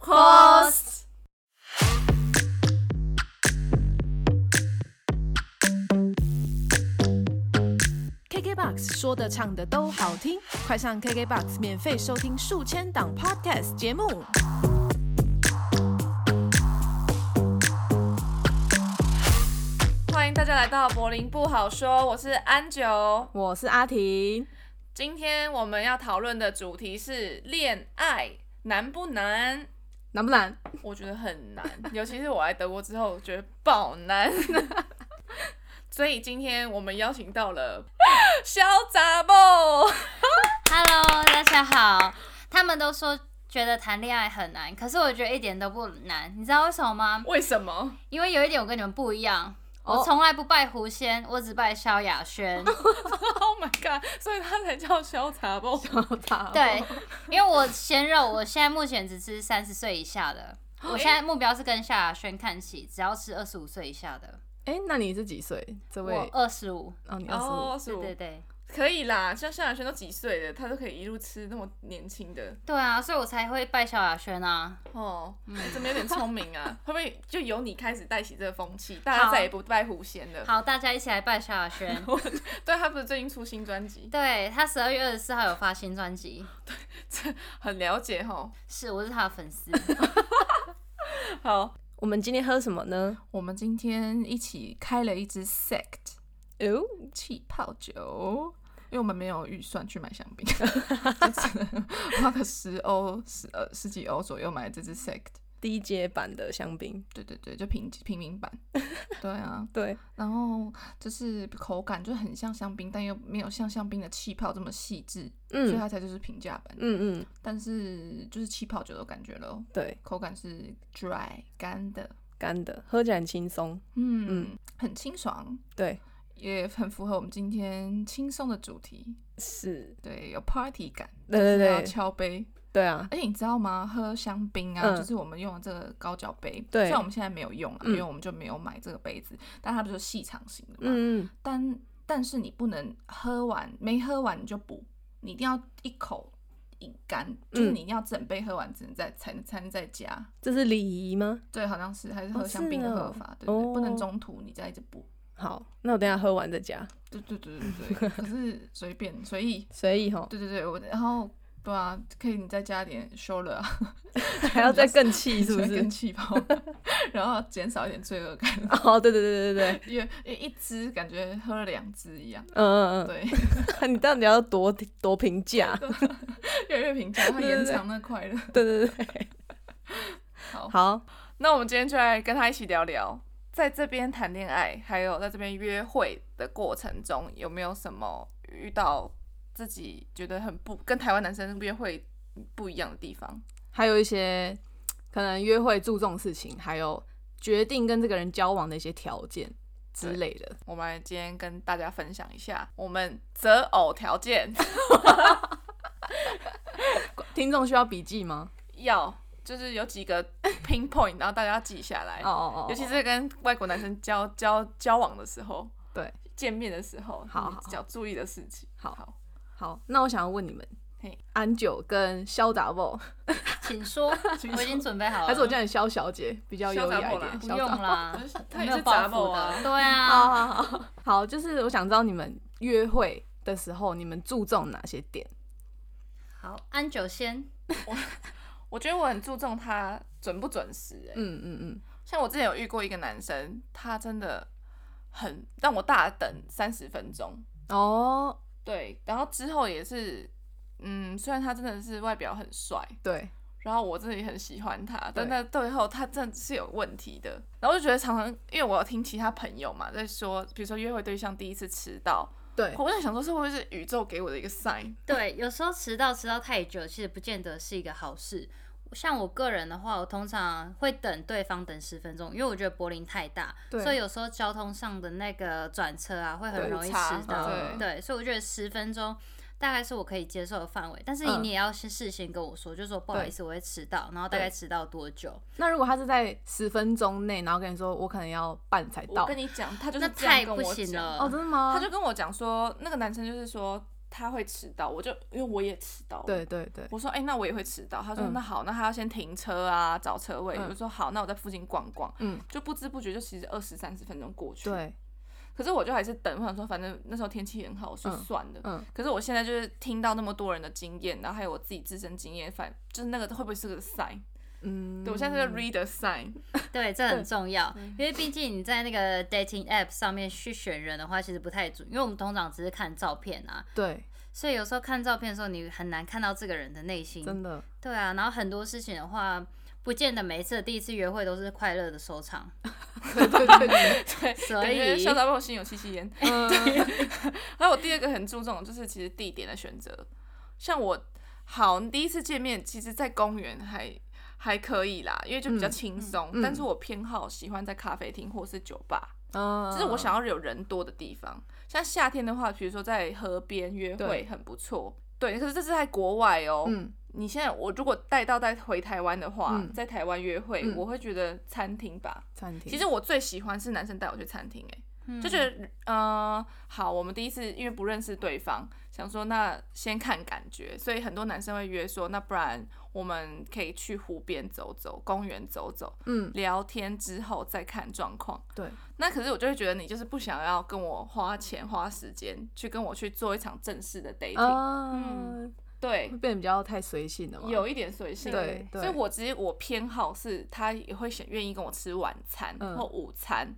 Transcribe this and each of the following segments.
Prost！KKBOX 说的唱的都好听，快上 KKBOX 免费收听数千档 Podcast 节目。欢迎大家来到柏林不好说，我是安九。我是阿婷，今天我们要讨论的主题是恋爱难不难？难不难？我觉得很难，尤其是我来德国之后，我觉得爆 难。所以今天我们邀请到了 小杂毛， Hello，大家好。他们都说觉得谈恋爱很难，可是我觉得一点都不难。你知道为什么吗？为什么？因为有一点我跟你们不一样，哦我从来不拜狐仙，我只拜萧亚轩。 Oh my god！所以他才叫小杂毛。对，因为我鲜肉，我现在目前只吃三十岁以下的。我现在目标是跟萧亚轩看齐，只要吃二十五岁以下的。哎、那你是几岁？这位我二十五，哦，你二十五，哦，是对我对对，可以啦，像萧亚轩都几岁了，他都可以一路吃那么年轻的。对啊，所以我才会拜萧亚轩啊。哦，你怎么有点聪明啊？ 会不会就由你开始带起这个风气，大家再也不拜狐仙了？好，大家一起来拜萧亚轩。对他不是最近出新专辑，对他十二月二十四号有发新专辑，很了解吼。是我是他的粉丝。好，我们今天喝什么呢？我们今天一起开了一支 Sect 哦，气泡酒，因为我们没有预算去买香 槟，就只能花个十欧、十呃十几欧左右买这支 Sect。低阶版的香槟，对对对，就平平民 版。对啊，对，然后就是口感就很像香槟，但又没有像香槟的气泡这么细致，所以啊嗯它才就是平价版。嗯嗯，但是就是气泡酒的感觉咯，对，口感是 dry 干的，干的，喝起来很轻松，嗯，很清爽，对，也很符合我们今天轻松的主题。是，对，有 party 感，对就对是要对敲杯。对啊，而且你知道吗？喝香槟啊，嗯就是我们用的这个高脚杯，对虽然我们现在没有用啊，嗯因为我们就没有买这个杯子，但它不是细长型的嘛，嗯嗯，但但是你不能喝完没喝完你就补，你一定要一口饮干，就是嗯你一定要整杯喝完，只能再才能才能再加。这是礼仪吗？对，好像是还是哦喝香槟的是喝哦法，对对对，不能哦中途你再一直补。好，那我等一下喝完再加，对对对对对，可是随便随意。随意吼，对对对，我然后对啊，可以你再加点 s h o l 啊， 还 要再更气是不再是跟？气泡， 然后减少一点罪恶感，哦，对对对对对对，因为因为一支感觉喝了两支一样。嗯嗯对， 嗯， 你到底要多多评价？越来越平价，它对对延对长那快乐。对 对对，好好，那我们今天就来跟他一起聊聊，在这边谈恋爱，还有在这边约会的过程中，有没有什么遇到自己觉得很不跟台湾男生约会不一样的地方？还有一些可能约会注重事情，还有决定跟这个人交往的一些条件之类的。我们来今天跟大家分享一下我们择偶条件 听众需要笔记吗？要，就是有几个 pinpoint，然后大家记下来。哦哦哦，尤其是跟外国男生交交交往的时候，对，见面的时候，好好好要注意的事情。好好，那我想要问你们嘿，安九跟肖达沃，请说，我已经准备好了。还是我叫你肖小姐比较优雅一肖达点？不肖用达啦， 他我也没有是包杂毛袱啊的。对啊，好好好，好，就是我想知道你们约会的时候，你们注重哪些点？好，安九先，我觉得我很注重他准不准时、欸，嗯嗯嗯，像我之前有遇过一个男生，他真的很让我大等三十分钟，哦，对，然后之后也是，嗯，虽然他真的是外表很帅，对，然后我自己很喜欢他，但那最后他真的是有问题的，然后我就觉得常常，因为我有听其他朋友嘛在说，比如说约会对象第一次迟到，对，我在想说是会不会是宇宙给我的一个 sign，对，有时候迟到迟到太久，其实不见得是一个好事。像我个人的话，我通常会等对方等十分钟，因为我觉得柏林太大，对所以有时候交通上的那个转车啊，会对很容易误差迟到。嗯对，所以我觉得十分钟大概是我可以接受的范围，但是嗯你也要先事先跟我说，就说不好意思，我会迟到，然后大概迟到多久？那如果他是在十分钟内，然后跟你说我可能要半才我到跟，你讲，他就是那这样太跟不我行讲。了。哦，真的吗？他就跟我讲说，那个男生就是说，他会迟到，我就因为我也迟到了，对对对，我说，哎、那我也会迟到。他说，嗯那好，那他要先停车啊，找车位。嗯我说好，那我在附近逛逛。嗯，就不知不觉就其实二十三十分钟过去。。对，可是我就还是等，我想说，反正那时候天气很好，我说嗯算了。嗯可是我现在就是听到那么多人的经验，然后还有我自己自身经验，反就是那个会不会是个 sign？、嗯，对我现在是个 reader sign，对，这很重要，嗯因为毕竟你在那个 dating app 上面去选人的话，其实不太准，因为我们通常只是看照片啊，对，所以有时候看照片的时候，你很难看到这个人的内心。真的，对啊，然后很多事情的话，不见得每一次的第一次约会都是快乐的收场。对对对对，对，所感觉以笑到爆心有戚戚焉。 嗯，还有第二个很注重的就是其实地点的选择，像我好第一次见面，其实在公园还还可以啦，因为就比较嗯轻松。嗯但是我偏好喜欢在咖啡厅或是酒吧，嗯就是我想要有人多的地方。像夏天的话，比如说在河边约会对很不错。对，可是这是在国外哦。嗯，你现在我如果带到带回台湾的话，嗯在台湾约会，嗯我会觉得餐厅吧。餐厅，其实我最喜欢是男生带我去餐厅、欸，嗯就觉得，呃，好，我们第一次因为不认识对方，想说那先看感觉，所以很多男生会约说，那不然我们可以去湖边走走，公园走走，嗯，聊天之后再看状况。对，那可是我就会觉得你就是不想要跟我花钱花时间去跟我去做一场正哦式的 dating，、啊嗯，对会，变得比较太随性了嘛，有一点随性。对对所以我其实我偏好是他也会想愿意跟我吃晚餐嗯或午餐，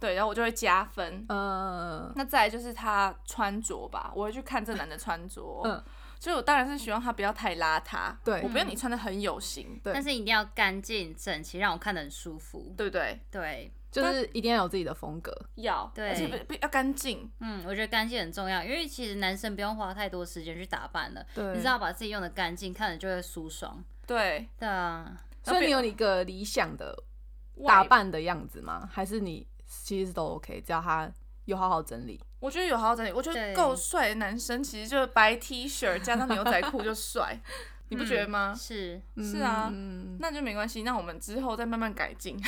对，然后我就会加分。呃，那再来就是他穿着吧，我会去看这男的穿着。嗯，所以我当然是希望他不要太邋遢。对嗯我不要你穿的很有型，对但是一定要干净整齐，让我看得很舒服。对不对？对，就是一定要有自己的风格，要，对而且不不要干净。嗯，我觉得干净很重要，因为其实男生不用花太多时间去打扮了，对，你知道把自己用的干净，看着就会舒爽。对，对啊，所以你有一个理想的打外，扮的样子吗？还是你其实都 OK，只要他有好好整理？我觉得有好好整理。我觉得对够帅的男生其实就是白 T 恤加上牛仔裤 就帅，你不觉得吗？是，是啊嗯，那就没关系，那我们之后再慢慢改 进。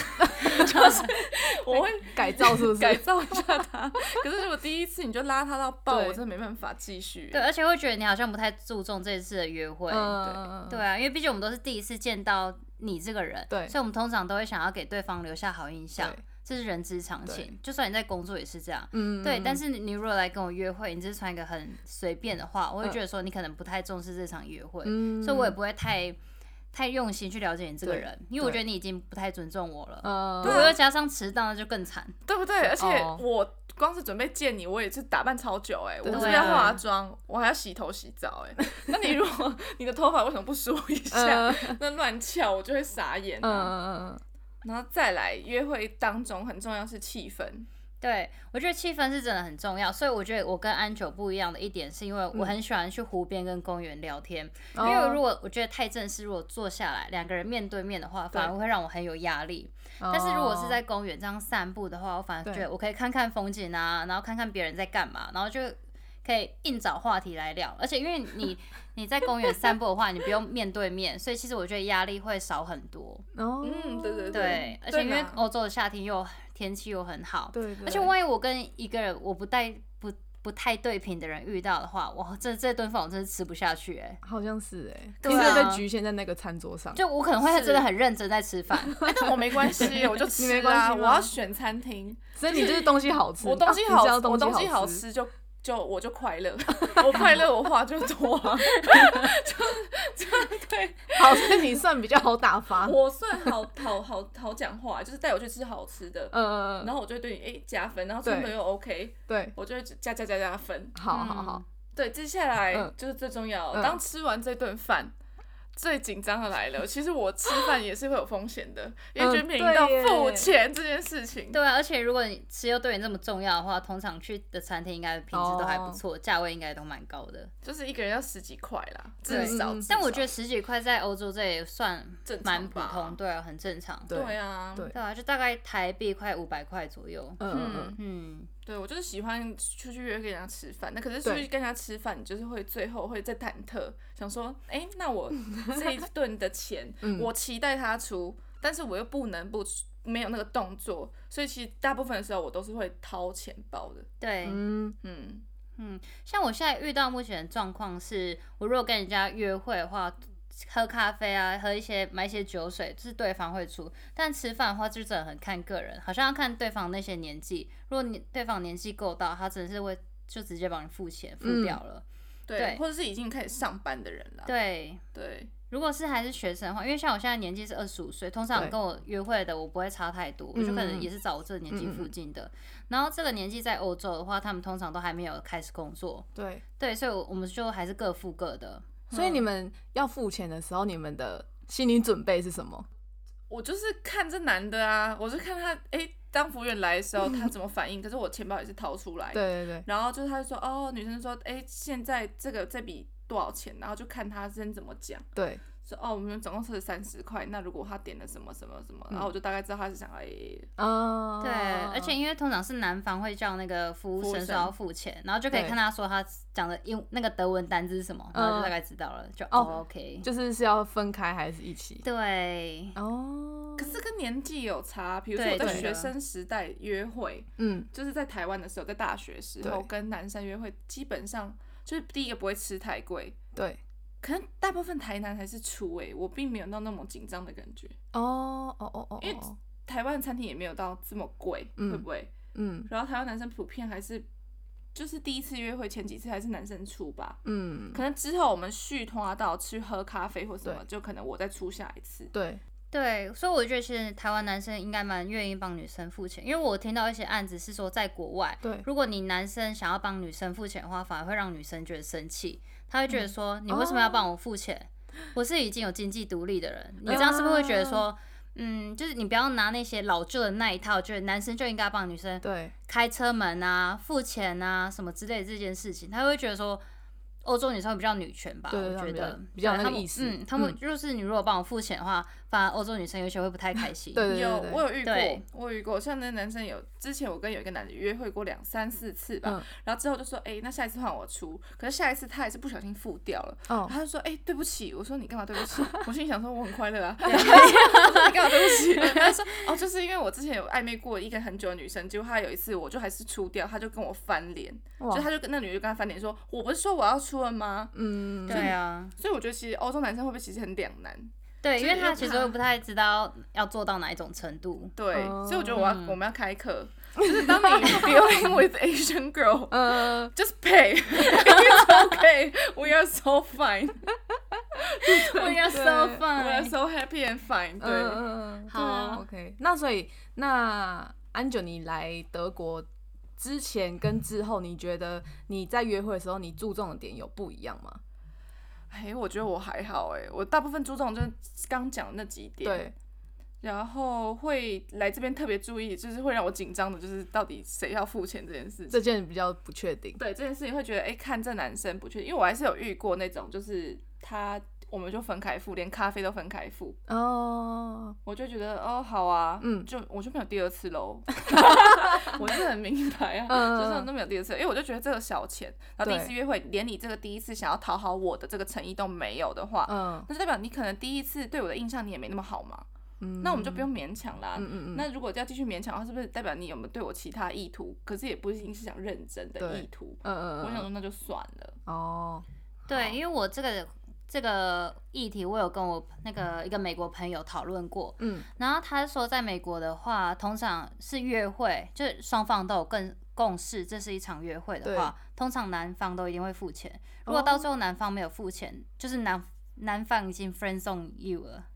我 会哎改造，是不 是？改造一下他。 可是如果第一次你就邋遢到爆，对我真的没办法继续。对，而且会觉得你好像不太注重这次的约会。嗯，对啊，因为毕竟我们都是第一次见到你这个人，对所以我们通常都会想要给对方留下好印象对，这是人之常情。就算你在工作也是这样，嗯，对。但是是你你如果来跟我约会，你只是穿一个很随便的话，我会嗯觉得说你可能不太重视这场约会，嗯所以我也不会太太用心去了解你这个对人，因为我觉对得你已经不太尊重我了。呃如，果又加上迟到，那就更惨。对不对？而且哦我光是准备见你，我也是打扮超久哎、我对这边要化妆，我还要洗头洗澡 哎、那你如果你的头发为什么不梳一下？嗯那乱翘，我就会傻眼、嗯啊。嗯嗯，然后再来约会当中很重要是气氛，对，我觉得气氛是真的很重要，所以我觉得我跟安九不一样的一点，是因为我很喜欢去湖边跟公园聊天，嗯 因为哦如果我觉得太正式，如果坐下来两个人面对面哦的话，反而会让我很有压力。哦但是如果是在公园这样散步的话，我反而对觉得我可以看看风景啊，然后看看别人在干嘛，然后就可以硬找话题来聊。而且因为 你你在公园散步的话，你不用面对面，所以其实我觉得压力会少很多。哦，嗯，对对对，而且因为欧洲的夏天又天气又很好，对对，而且万一我跟一个人我不带不不太对频的人遇到的话，哇，这这顿饭我真是吃不下去哎、好像是哎，对你啊是被局限在那个餐桌上，就我可能会是真的很认真在吃 饭，哎但我没关 系，我就你吃没关啦、系我吗要选餐厅，所以你就是东西好吃，我东西啊你好，知道我东东西好好，吃就就我就快乐， 我快乐我话就 多、啊，就就对好，所以你算比较好打发，我算好好好好讲话，就是带我去吃好吃的，呃，然后我就会嗯对你哎、加分，然后穿的对又 OK，对，我就会加加加加分。好好好，嗯对，接下来嗯就是最重要，嗯当吃完这顿饭。最紧张的来 了，其实我吃饭也是会有风险嗯的，因为就面临到对耶付钱这件事情。对啊，而且如果你吃又对你这么重要的话，通常去的餐厅应该品质都还不错，价、位应该都蛮高的。就是一个人要十几块啦，至对少。嗯至但我少觉得十几块在欧洲这也算正常蛮普吧通，对啊，很正常。对对啊，对对啊，就大概台币快五百块左右。嗯嗯嗯。嗯，对，我就是喜欢出去约跟人家吃饭，那可是出去对跟人家吃饭，你就是会最后会再忐忑，想说，哎、那 我这一顿的钱，嗯我期待他出，但是我又不能不出没有那个动作，所以其实大部分的时候我都是会掏钱包的，对，嗯，嗯，像我现在遇到目前的状况是，我如果跟人家约会的话，喝咖啡啊，喝一些买一些酒水，就是对方会出；但吃饭的话，就真的很看个人，好像要看对方那些年纪。如果你对方年纪够到，他真的是会就直接帮你付钱，付嗯掉了。对，对或者是已经开始上班的人了。对，对如果是还是学生的话，因为像我现在年纪是二十五岁，通常对跟我约会的我不会差太多，我就可能嗯也是找我这个年纪嗯嗯附近的。然后这个年纪在欧洲的话，他们通常都还没有开始工作，对，对，所以我我们就还是各付各的。所以你们要付钱的时候，你们的心理准备是什么？我就是看这男的啊，我就看他哎、当服务员来的时 候他怎么反应，可是我钱包也是掏出来，对对对，嗯然后就是他就说哦，女生就说哎、现在这个这笔多少钱，然后就看他先怎么讲。对，说哦，我们总共是三十块。那如果他点了什么什么什么，嗯然后我就大概知道他是想要哎诶嗯，对，而且因为通常是男方会叫那个服务服务生说生要付钱，然后就可以对看他说他讲的英那个德文单字是什么，然后就嗯大概知道了，就哦 OK。就是是要分开还是一起？对，哦，可是跟年纪有差。比如说对我在对学生时代约会，嗯，就是在台湾的时候，在大学时候对跟男生约会，基本上就是第一个不会吃太贵，对，可能大部分台南还是出诶、我并没有到那么紧张的感觉。哦哦哦哦，因为哦台湾餐厅也没有到这么贵，嗯会不会？嗯然后台湾男生普遍还是就是第一次约会前几次还是男生出吧，嗯，可能之后我们续拖到去喝咖啡或什么，就可能我再出下一次。对，对，所以我觉得其实台湾男生应该蛮愿意帮女生付钱，因为我听到一些案子是说，在国外，对如果你男生想要帮女生付钱的话，反而会让女生觉得生气，她会觉得嗯说、你为什么要哦帮我付钱？我是已经有经济独立的人，嗯你这样是不是会觉得说，嗯，就是你不要拿那些老旧的那一套，就是男生就应该帮女生对，开车门啊、付钱啊什么之类的这件事情，他会觉得说。欧洲女生会比较女权吧，对我他觉们比得较比较对那个他们意思嗯，他们嗯就是你如果帮我付钱的话，反而欧洲女生有些会不太开心。对对有，对我有遇对过，我有遇过，像那男生有，之前我跟有一个男的约会过两三四次吧，嗯然后之后就说，哎、那下一次换我出，可是下一次他也是不小心付掉了，哦他就说，哎、对不起，我说你干嘛对不起？ 我心里想说我很快乐啊， 我说你干嘛对不起？ 他说，哦，就是因为我之前有暧昧过一个很久的女生，结果她有一次我就还是出掉，她就跟我翻脸，哇就她就跟那女的就跟她翻脸说，我不是说我要出了吗？嗯，对啊，所以我觉得其实欧洲男生会不会其实很两难？对，因所以为他就其实怕会不太知道要做到哪一种 程度。对，哦嗯所以我觉得我要、我们要开课，就 是当你 dealing with Asian girl。呃， Just pay, it's okay. We are so fine. We are so 对 We are fun。 so happy and fine. 对，嗯，好啊好，OK。那所以，那安久你来德国之前跟之后，你觉得你在约会的时候，你注重的点有不一样吗？哎，我觉得我还好哎，我大部分注重就是刚讲的那几点，，对，然后会来这边特别注意，就是会让我紧张的，就是到底谁要付钱这件事情。这件比较不确定。对这件事情会觉得，哎、看这男生不确定，因为我还是有遇过那种，就是他我们就分开付，连咖啡都分开付，哦，我就觉得哦，好啊，嗯就我就没有第二 次喽，我是很明白啊，嗯就是我都没有第二次，因为我就觉得这个小钱，然后第一次对约会，连你这个第一次想要讨好我的这个诚意都没有的话，嗯那就代表你可能第一次对我的印象你也没那么好嘛，嗯，那我们就不用勉强啦。嗯嗯嗯，那如果要继续勉强的话，是不是代表你有没有对我其他意图？可是也不一定是想认真的对意图。嗯嗯我嗯想说那就算了。嗯，哦，对，因为我这个这个议题，我有跟我那个一个美国朋友讨论过，嗯然后他说，在美国的话，通常是约会，就是双方都有更共识，这是一场约会的话，通常男方都一定会付钱。如果到哦最后男方没有付钱，就是男男方已经 friend zone you 了，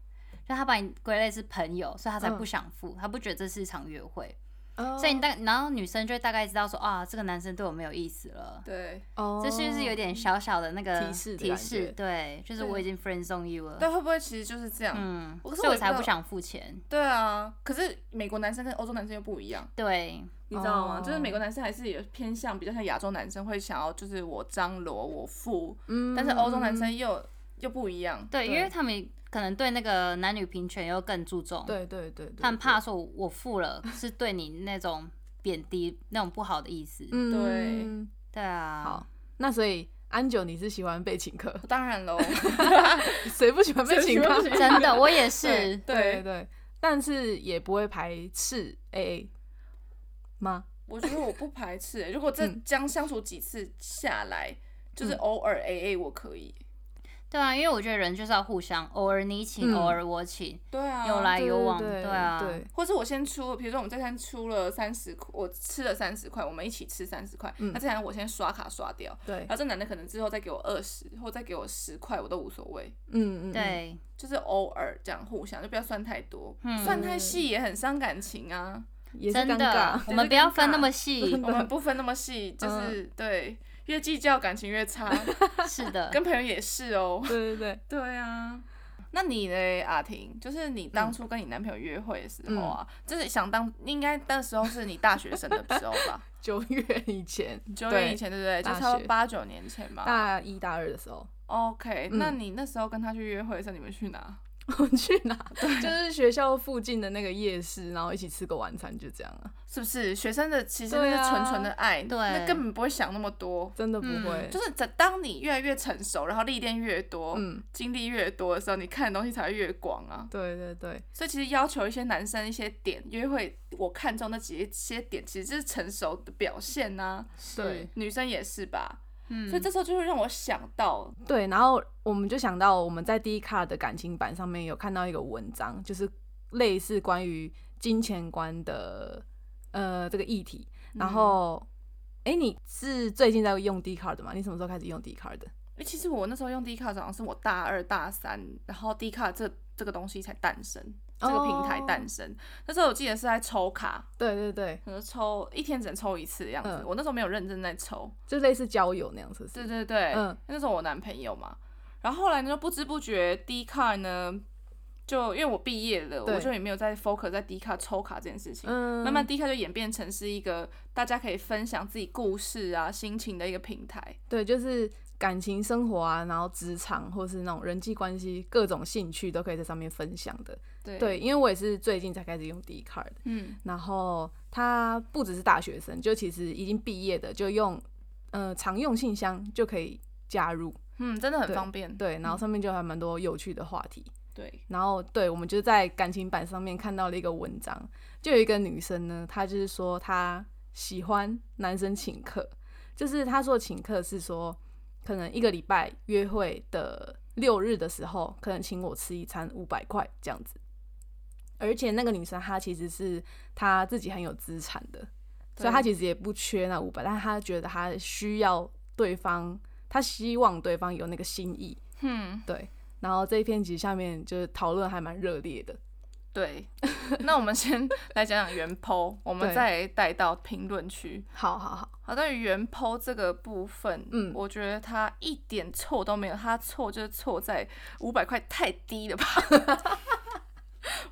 就他把你归类是朋友，所以他才嗯不想付，他不觉得这是一场约会，哦所以你大，然后女生就会大概知道说啊，这个男生对我没有意思了。对，哦，这是不是有点小小的那个提示的提感觉示，对，就是对我已经 friend zone you 了，但会不会其实就是这样？嗯，可是所以我我也才不知道不想付钱，对啊，可是美国男生跟欧洲男生又不一样，对，你知道吗？哦就是美国男生还是有偏向比较像亚洲男生会想要就是我张罗我付，嗯，但是欧洲男生又、又不一样。对，因对为他们可能对那个男女平权又更注重，对对对，对他们怕，说我付了是对你那种贬低、那种不好的意思。嗯，对嗯。对啊，好，那所以安久你是喜欢被请客， 当然喽，谁不喜欢被请客？真的，我 也是，对 对对，但是也不会排斥 AA 吗？我觉得我不排斥欸、如果这将相处几次下来，就是偶尔 A A 我可以。对啊，因为我觉得人就是要互相，偶尔你请，嗯偶尔我请，对啊，有来有往，对对对啊，对，或者我先出，比如说我们这餐出了三十，我吃了三十块，我们一起吃三十块，嗯那这餐我先刷卡刷掉，对然，后这男的可能之后再给我二十，或再给我十块，我都无所谓，嗯嗯，嗯，对就是偶尔这样互相，就不要算太多，嗯算太细也很伤感情啊。也是真尴尬 的，，我们不要分那么细真，的我们不分那么细，就是、对，越计较感情越差，是的，跟朋友也是哦。对对对，对啊， 那你嘞，阿婷，就是你当初跟你男朋友约会的时候啊，就是想当应该那时候是你大学生的时候吧，九月以前，九对年以前对不对？就大学差不多八九年前吧。大一大二的时候， OK，、嗯那你那时候跟他去约会的时候，你们去哪？我去哪？ 就是学校附近的那个夜市，然后一起吃个晚餐，就这样啊，是不是学生的其实对那啊是纯纯的爱，对那根本不会想那么多。真的不嗯会，就是在当你越来越成熟，然后历练越多，嗯，经历越多的时候，你看的东西才会越广啊。对对对，所以其实要求一些男生一些点，约会我看中那几些点，其实就是成熟的表现呐、对是，女生也是吧？嗯所以这时候就会让我想到，对，然后我们就想到我们在 D 卡的感情版上面有看到一个文章，就是类似关于金钱观的呃这个议题。然嗯后，哎、你是最近在用 D 卡的吗？你什么时候开始用 D 卡的？因为其实我那时候用 D 卡，好像是我大二大三，然后 D 卡这这个东西才诞生，这个平哦台诞生。那时候我记得是在抽卡，对对对，可能抽一天只能抽一次的样子。嗯我那时候没有认真在抽，就类似交友那样，是不对是？对对，嗯那时候我男朋友嘛，然后后来呢，就不知不觉 D 卡呢，就因为我毕业了，对我就也没有在 focus 在 D 卡抽卡这件事情。嗯，慢慢 D 卡就演变成是一个大家可以分享自己故事啊、心情的一个平台。对，就是感情生活啊，然后职场或是那种人际关系，各种兴趣都可以在上面分享的。对对，因为我也是最近才开始用 D 卡的。嗯，然后他不只是大学生，就其实已经毕业的，就用呃常用信箱就可以加入，嗯，真的很对方便。对，然后上面就还蛮多有趣的话题。对，然后对我们就在感情版上面看到了一个文章，就有一个女生呢，她就是说她喜欢男生请客，就是她说请客是说可能一个礼拜约会的六日的时候，可能请我吃一餐五百块这样子。而且那个女生她其实是她自己很有资产的，所以她对其实也不缺那五百，但她觉得她需要对方，她希望对方有那个心意，嗯，对，然后这一篇集下面就是讨论还蛮热烈的。 对。那我们先来讲讲原 PO，我们对再带到评论区。好好好，好，对于原 PO 这个部分，嗯我觉得他一点错都没有，他错就是错在五百块太低 了吧。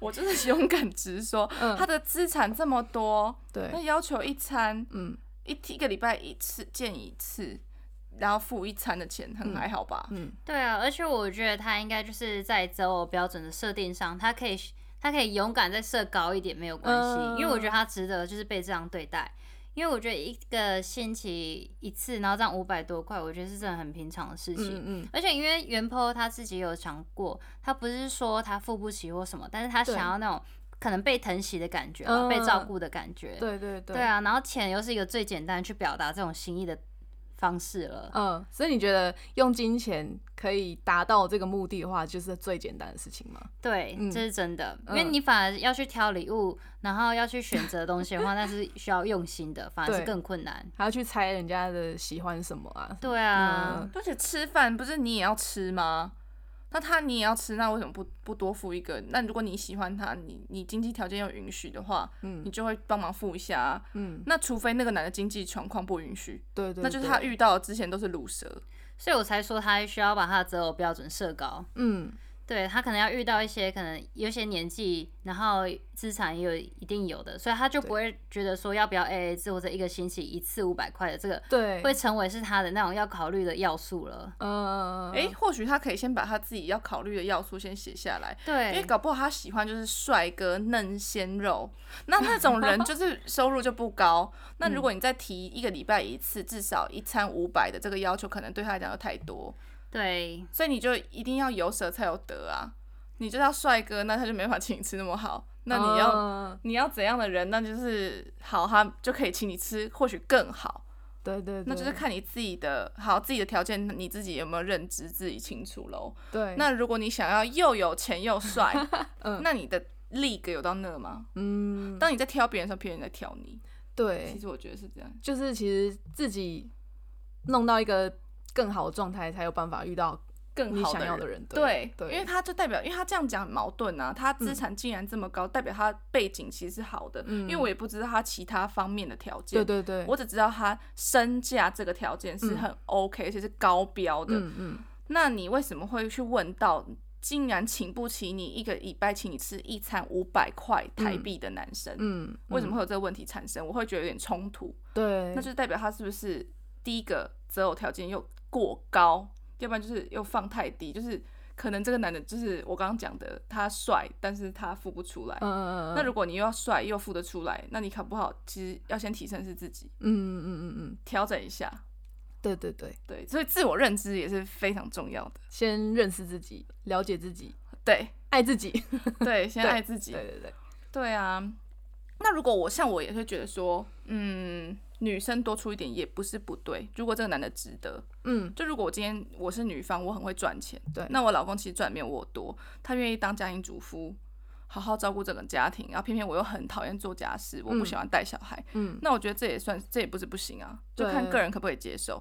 我真的是勇敢直说，嗯他的资产这么多，那对，要求一餐嗯一天一个礼拜一次见一次，然后付一餐的钱，很嗯还好吧？嗯，对啊，而且我觉得他应该就是在择偶标准的设定上，他可以他可以勇敢再设高一点没有关系，嗯因为我觉得他值得就是被这样对待。因为我觉得一个星期一次，然后这样五百多块，我觉得是真的很平常的事情。嗯嗯，而且因为原 po 他自己有讲过，他不是说他付不起或什么，但是他对想要那种可能被疼惜的感觉吧，被照嗯顾的感觉。对对对，对，啊，然后钱又是一个最简单去表达这种心意的方式了。嗯，所以你觉得用金钱可以达到这个目的的话，就是最简单的事情吗？对，嗯这是真的，因嗯为你反而要去挑礼物，然后要去选择东西的话，那是需要用心的，反而是对更困难。还要去猜人家的喜欢什么啊？对啊，而且吃饭不是你也要吃吗？那他你也要吃，那为什么不不多付一个？那如果你喜欢他，你你经济条件又允许的话，嗯你就会帮忙付一下、啊。嗯，那除非那个男的经济状况不允许，对对，那就是对他，遇到的之前都是卤蛇。所以我才说他需要把他的择偶标准设高。嗯，对他可能要遇到一些可能有些年纪，然后资产也有一定有的，所以他就不会觉得说要不要 AA 制或者一个星期一次五百块的这个，对，会，成为是他的那种要考虑的要素了。嗯，诶、或许他可以先把他自己要考虑的要素先写下来，因为对，搞不好他喜欢就是帅哥嫩鲜肉，那那种人就是收入就不高。 那嗯如果你再提一个礼拜一次，至少一餐五百的这个要求，可能对他来讲又太多，对，所以你就一定要有舍才有得啊。你就叫帅哥，那他就没办法请你吃那么好。那你要、嗯你要怎样的人，那就是好，他就可以请你吃，或许更好。对对对，那就是看你自己的好，自己的条件你自己有没有认知，自己清楚喽。对，，那如果你想要又有钱又帅 嗯那你的 league 有到那吗？嗯，当你在挑别人的时候，别人在挑你。对其，实我觉得是这样。就是其实自己弄到一个更好的状态，才有办法遇到更你好想的要人的人。对，对，因为他就代表，因为他这样讲很矛盾啊，他资产竟然这么高，代表他背景其实是好的，嗯因为我也不知道他其他方面的条件，对对对，我只知道他身价这个条件是很 OK，、而且是高标的。嗯嗯，那你为什么会去问到，竟然请不起你一个礼拜请你吃一餐五百块台币的男生，嗯，为什么会？会有这个问题产生？我会觉得有点冲突，对，那就是代表他是不是第一个择偶条件又过高，要不然就是又放太低，就是可能这个男的就是我刚刚讲的，他帅，但是他付不出来。嗯嗯嗯，那如果你又要帅又付得出来，那你考不好，其实要先提升是自己，嗯嗯嗯嗯嗯，调整一下。对对对，对，所以自我认知也是非常重要的。先认识自己，了解自己，对爱自己，对，先对爱自 己。对对对，对啊，那如果我像我也会觉得说，嗯，女生多出一点也不是不对。如果这个男的值得，嗯就如果我今天我是女方，我很会赚钱，对那我老公其实赚得没有我多，他愿意当家庭主妇，好好照顾整个家庭，然后偏偏我又很讨厌做家事，我不喜欢带小孩，嗯，那我觉得这也算，这也不是不行啊，就看对个人可不可以接受。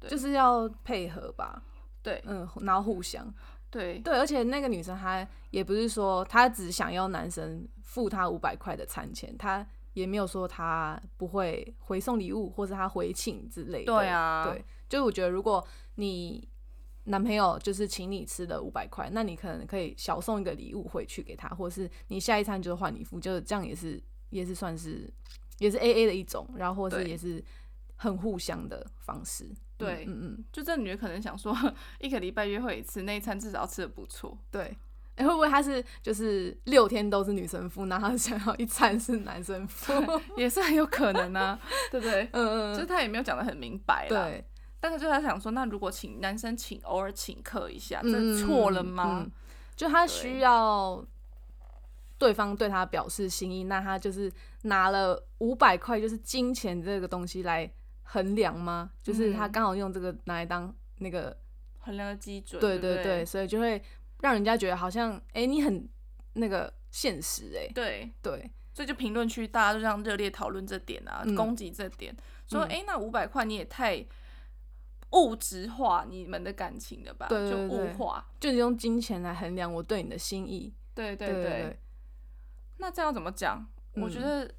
对就是要配合吧，对嗯，然后互相。对对，而且那个女生她也不是说她只想要男生付她五百块的餐钱，她也没有说她不会回送礼物或是她回请之类的。对啊对，就是我觉得如果你男朋友就是请你吃了五百块，那你可能可以小送一个礼物回去给他，或是你下一餐就换你付，就是这样也是也是算是也是 A A 的一种，然后或是对也是很互相的方式。对嗯嗯嗯，就这女的可能想说，一个礼拜约会一次，那一餐至少要吃的不错。 对。哎、会不会他是就是六天都是女生付，然后他想要一餐是男生付？也是很有可能啊，对不对？ 嗯就嗯，是他也没有讲的很明白啦，对，但是就他想说，那如果请男生请偶尔请客一下，这错了吗？嗯就他需要对方对他表示心意，那他就是拿了五百块，就是金钱这个东西来衡量吗？就是他嗯刚好用这个拿来当那个，衡量的基准，对对对不对，所以就会让人家觉得好像哎、你很那个现实哎、对对，所以就评论区大家就这样热烈讨论这点啊，嗯攻击这点，说嗯哎、诶那五百块你也太物质化你们的感情了吧？对对就对物化，就你用金钱来衡量我对你的心意，对对对对那这样怎么讲？我嗯觉得，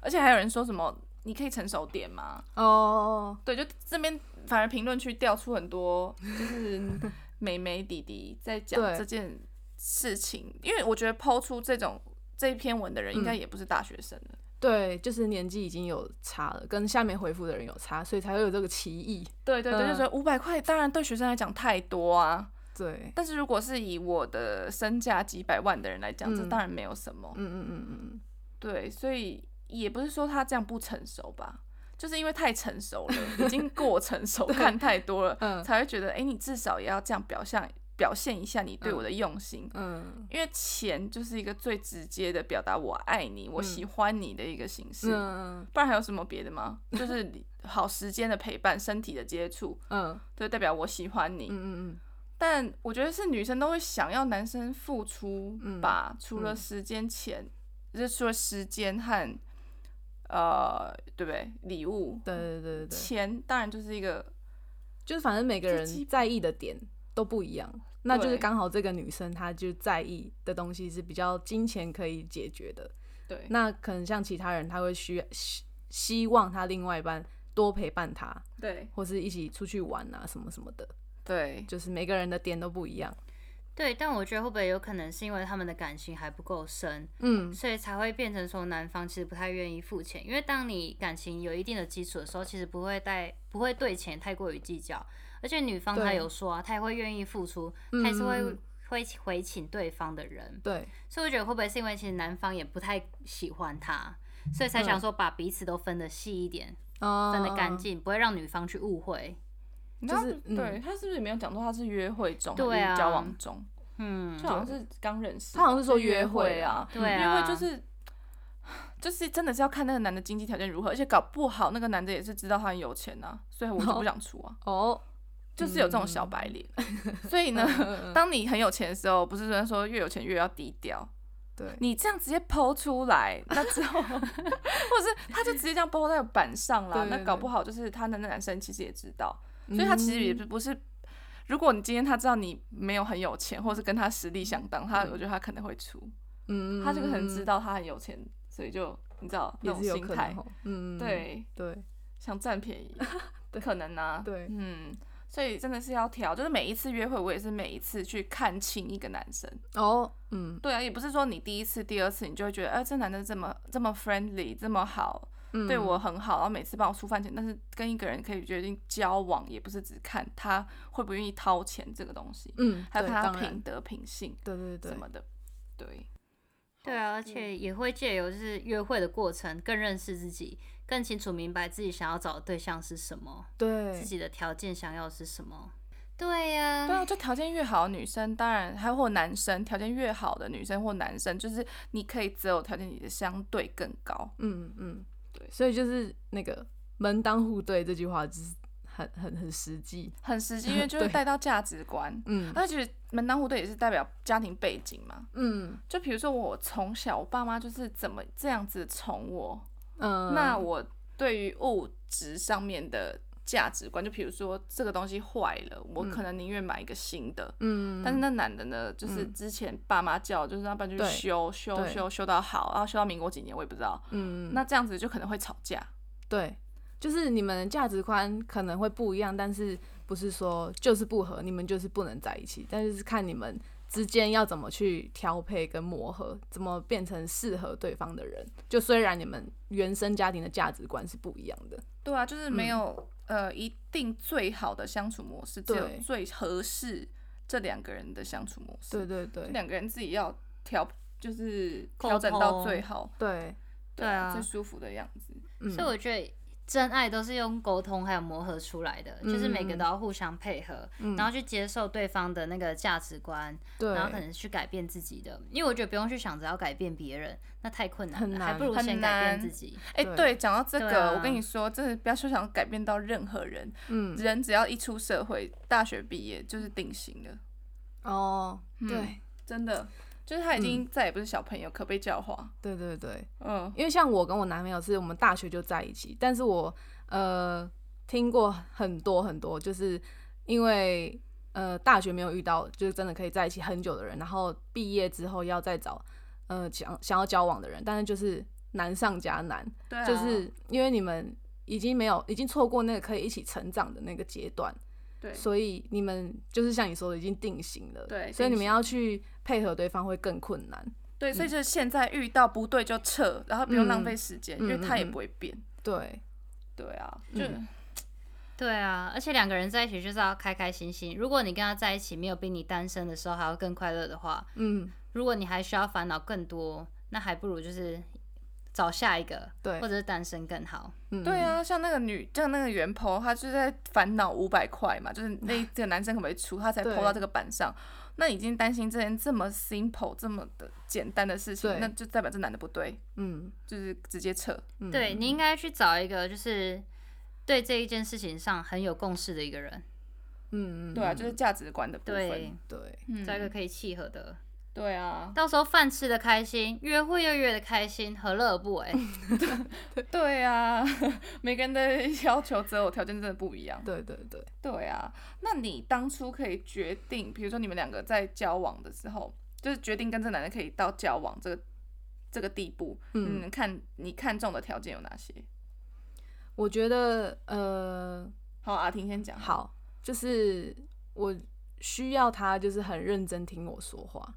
而且还有人说什么，你可以成熟点吗？哦哦，哦对，就这边反而评论区调出很多就是 美眉弟弟在讲对这件事情，因为我觉得抛出这种这篇文的人应该嗯也不是大学生了。对，就是年纪已经有差了，跟下面回复的人有差，所以才会有这个歧义。对对对，嗯就觉得五百块当然对学生来讲太多啊，对，但是如果是以我的身价几百万的人来讲，这嗯当然没有什么。嗯嗯嗯嗯嗯，对，所以也不是说他这样不成熟吧，就是因为太成熟了，已经过成熟， 看太多了，嗯才会觉得，哎、你至少也要这样表现表现一下你对嗯我的用心，嗯因为钱就是一个最直接的表达我爱你、我喜欢你的一个形式。嗯不然还有什么别的吗？就是 你好时间的陪伴、身体的接触，嗯就代表我喜欢你。嗯嗯但我觉得是女生都会想要男生付出嗯吧，除了嗯时间钱，就是除了时间和呃，对不对？礼物，对对对对对，钱当然就是一个就是反正每个这人基在意的点都不一样，那就是对刚好这个女生她就在意的东西是比较金钱可以解决的，对那可能像其他人她会需希希望她另外一半多陪伴她，对或是一起出去玩啊什么什么的，对就是每个人的点都不一样。对，但我觉得会不会有可能是因为他们的感情还不够深，嗯，所以才会变成说男方其实不太愿意付钱，因为当你感情有一定的基础的时候，其实不会带不会对钱太过于计较，而且女方她对有说啊，她也会愿意付出，她也是会、嗯会回请对方的人，对，所以我觉得会不会是因为其实男方也不太喜欢她，所以才嗯想说把彼此都分得细一点，分分得干净，不会让女方去误会。你知道就是嗯对他是不是也没有讲说他是约会中还对啊是交往中？嗯就，好像是刚认识吧，他好像是说就约约会会啊啊，对因为啊，就是就是真的是要看那个男的经济条件如何，而且搞不好那个男的也是知道他很有钱呐、所以我就不想出啊，哦，就是有这嗯种小白脸。 所以呢，当你很有钱的时候，不是说说越有钱越要低调，对，你这样直接剖出来，那之后或者是他就直接这样剖在板上啦，对那对嗯搞对不好就是他的那男生其实也知道，所以他其实也不是。如果你今天他知道你没有很有钱，或是跟他实力相当，他我觉得他可能会出。嗯嗯，嗯他这个很嗯知道他很有钱，所以就你知道那也种是有心可态能，哦，嗯，嗯嗯对，对，想占便宜， 对可能啊，对嗯，所以真的是要挑，就是每一次约会，我也是每一次去看清一个男生。哦，嗯对啊，也不是说你第一次、第二次你就会觉得，哎、这男的这么这么 friendly，这么好，嗯，对我很好，然后每次帮我出饭钱。但是跟一个人可以决定交往，也不是只看他会不愿意掏钱这个东西，嗯，还有对看他当然品德、品性对对对什，么的。对，对啊，而嗯且也会借由就是约会的过程，更认识自己，更清楚明白自己想要找的对象是什么，对自，己的条件想要是什么。对呀、对啊，就条件越好的女生，当然还有或男生，条件越好的女生或男生，就是你可以择偶条件你的相对更高。嗯嗯，对所以就是那个门当户对这句话，就是很很很实际，很 实际，因为就会对带到价值观。嗯而且门当户对也是代表家庭背景嘛。嗯就比如说我从小我爸妈就是怎么这样子宠我，嗯，那我对于物质上面的价值观，就比如说这个东西坏了，我可能宁愿买一个新的。嗯，但是那男的呢，就是嗯之前爸妈叫，就是让爸去对修修对修修到好，然后修到民国几年我也不知道。嗯那这样子就可能会吵架，对，就是你们的价值观可能会不一样，但是不是说就是不合，你们就是不能在一起，但是是看你们之间要怎么去调配跟磨合，怎么变成适合对方的人。就虽然你们原生家庭的价值观是不一样的，对啊，就是嗯没有、呃一定最好的相处模式，只有对最合适这两个人的相处模式。对对这对两个人自己要调，就是沟调整到通最好，对，对对啊最舒服的样子。嗯，所以我觉得真爱都是用沟通还有磨合出来的，就是每嗯个都要互相配合，然后去接受对方的那个价值观，对，然后可能去改变自己的。因为我觉得不用去想着要改变别人，那太困难很了，难还不如很先改变难自己。哎、对对，讲到这对个，啊我跟你说，真的不要说想改变到任何人，嗯人只要一出社会，大学毕业就是定型了，哦，嗯对真的，就是他已嗯经再也不是小朋友，可被教化。对对对，嗯，因为像我跟我男朋友是我们大学就在一起，但是我呃听过很多很多，就是因为呃大学没有遇到就是真的可以在一起很久的人，然后毕业之后要再找呃想想要交往的人，但是就是难上加难，对啊，就是因为你们已经没有已经错过那个可以一起成长的那个阶段，对，所以你们就是像你说的已经定型了，对所以定你们型要去配合对方会更困难，对，所以就是现在遇到不对就撤，然后不用浪费时间，因为嗯嗯嗯他也嗯不会变。对，对啊，就、对啊，而且两个人在一起就是要开开心心。如果你跟他在一起没有比你单身的时候还要更快乐的话，嗯，如果你还需要烦恼更多，那还不如就是找下一个，对或者是单身更好。嗯对。啊，像那个女，像那个袁婆，她就在烦恼五百块嘛，就是那这个男生可不可以出，她才对抛到这个板上。那已经担心这件这么 simple 这么的简单的事情，对那就代表这男的不对，嗯，就是直接撤。嗯对你应该去找一个就是对这一件事情上很有共识的一个人，嗯，嗯对啊，嗯就是价值观的部对分。，对，嗯找一个可以契合的。对啊， 到时候饭吃的开心，约会又约的开心，何乐而不为？对啊， 每个人的要求择偶条件真的不一样。对对对，对啊，那你当初可以决定，比如说你们两个在交往的时候，就是决定跟这男的可以到交往这个这个地步，嗯嗯，看你看中的条件有哪些？我觉得呃，好，阿婷先讲。，好，就是我需要他就是很认真听我说话，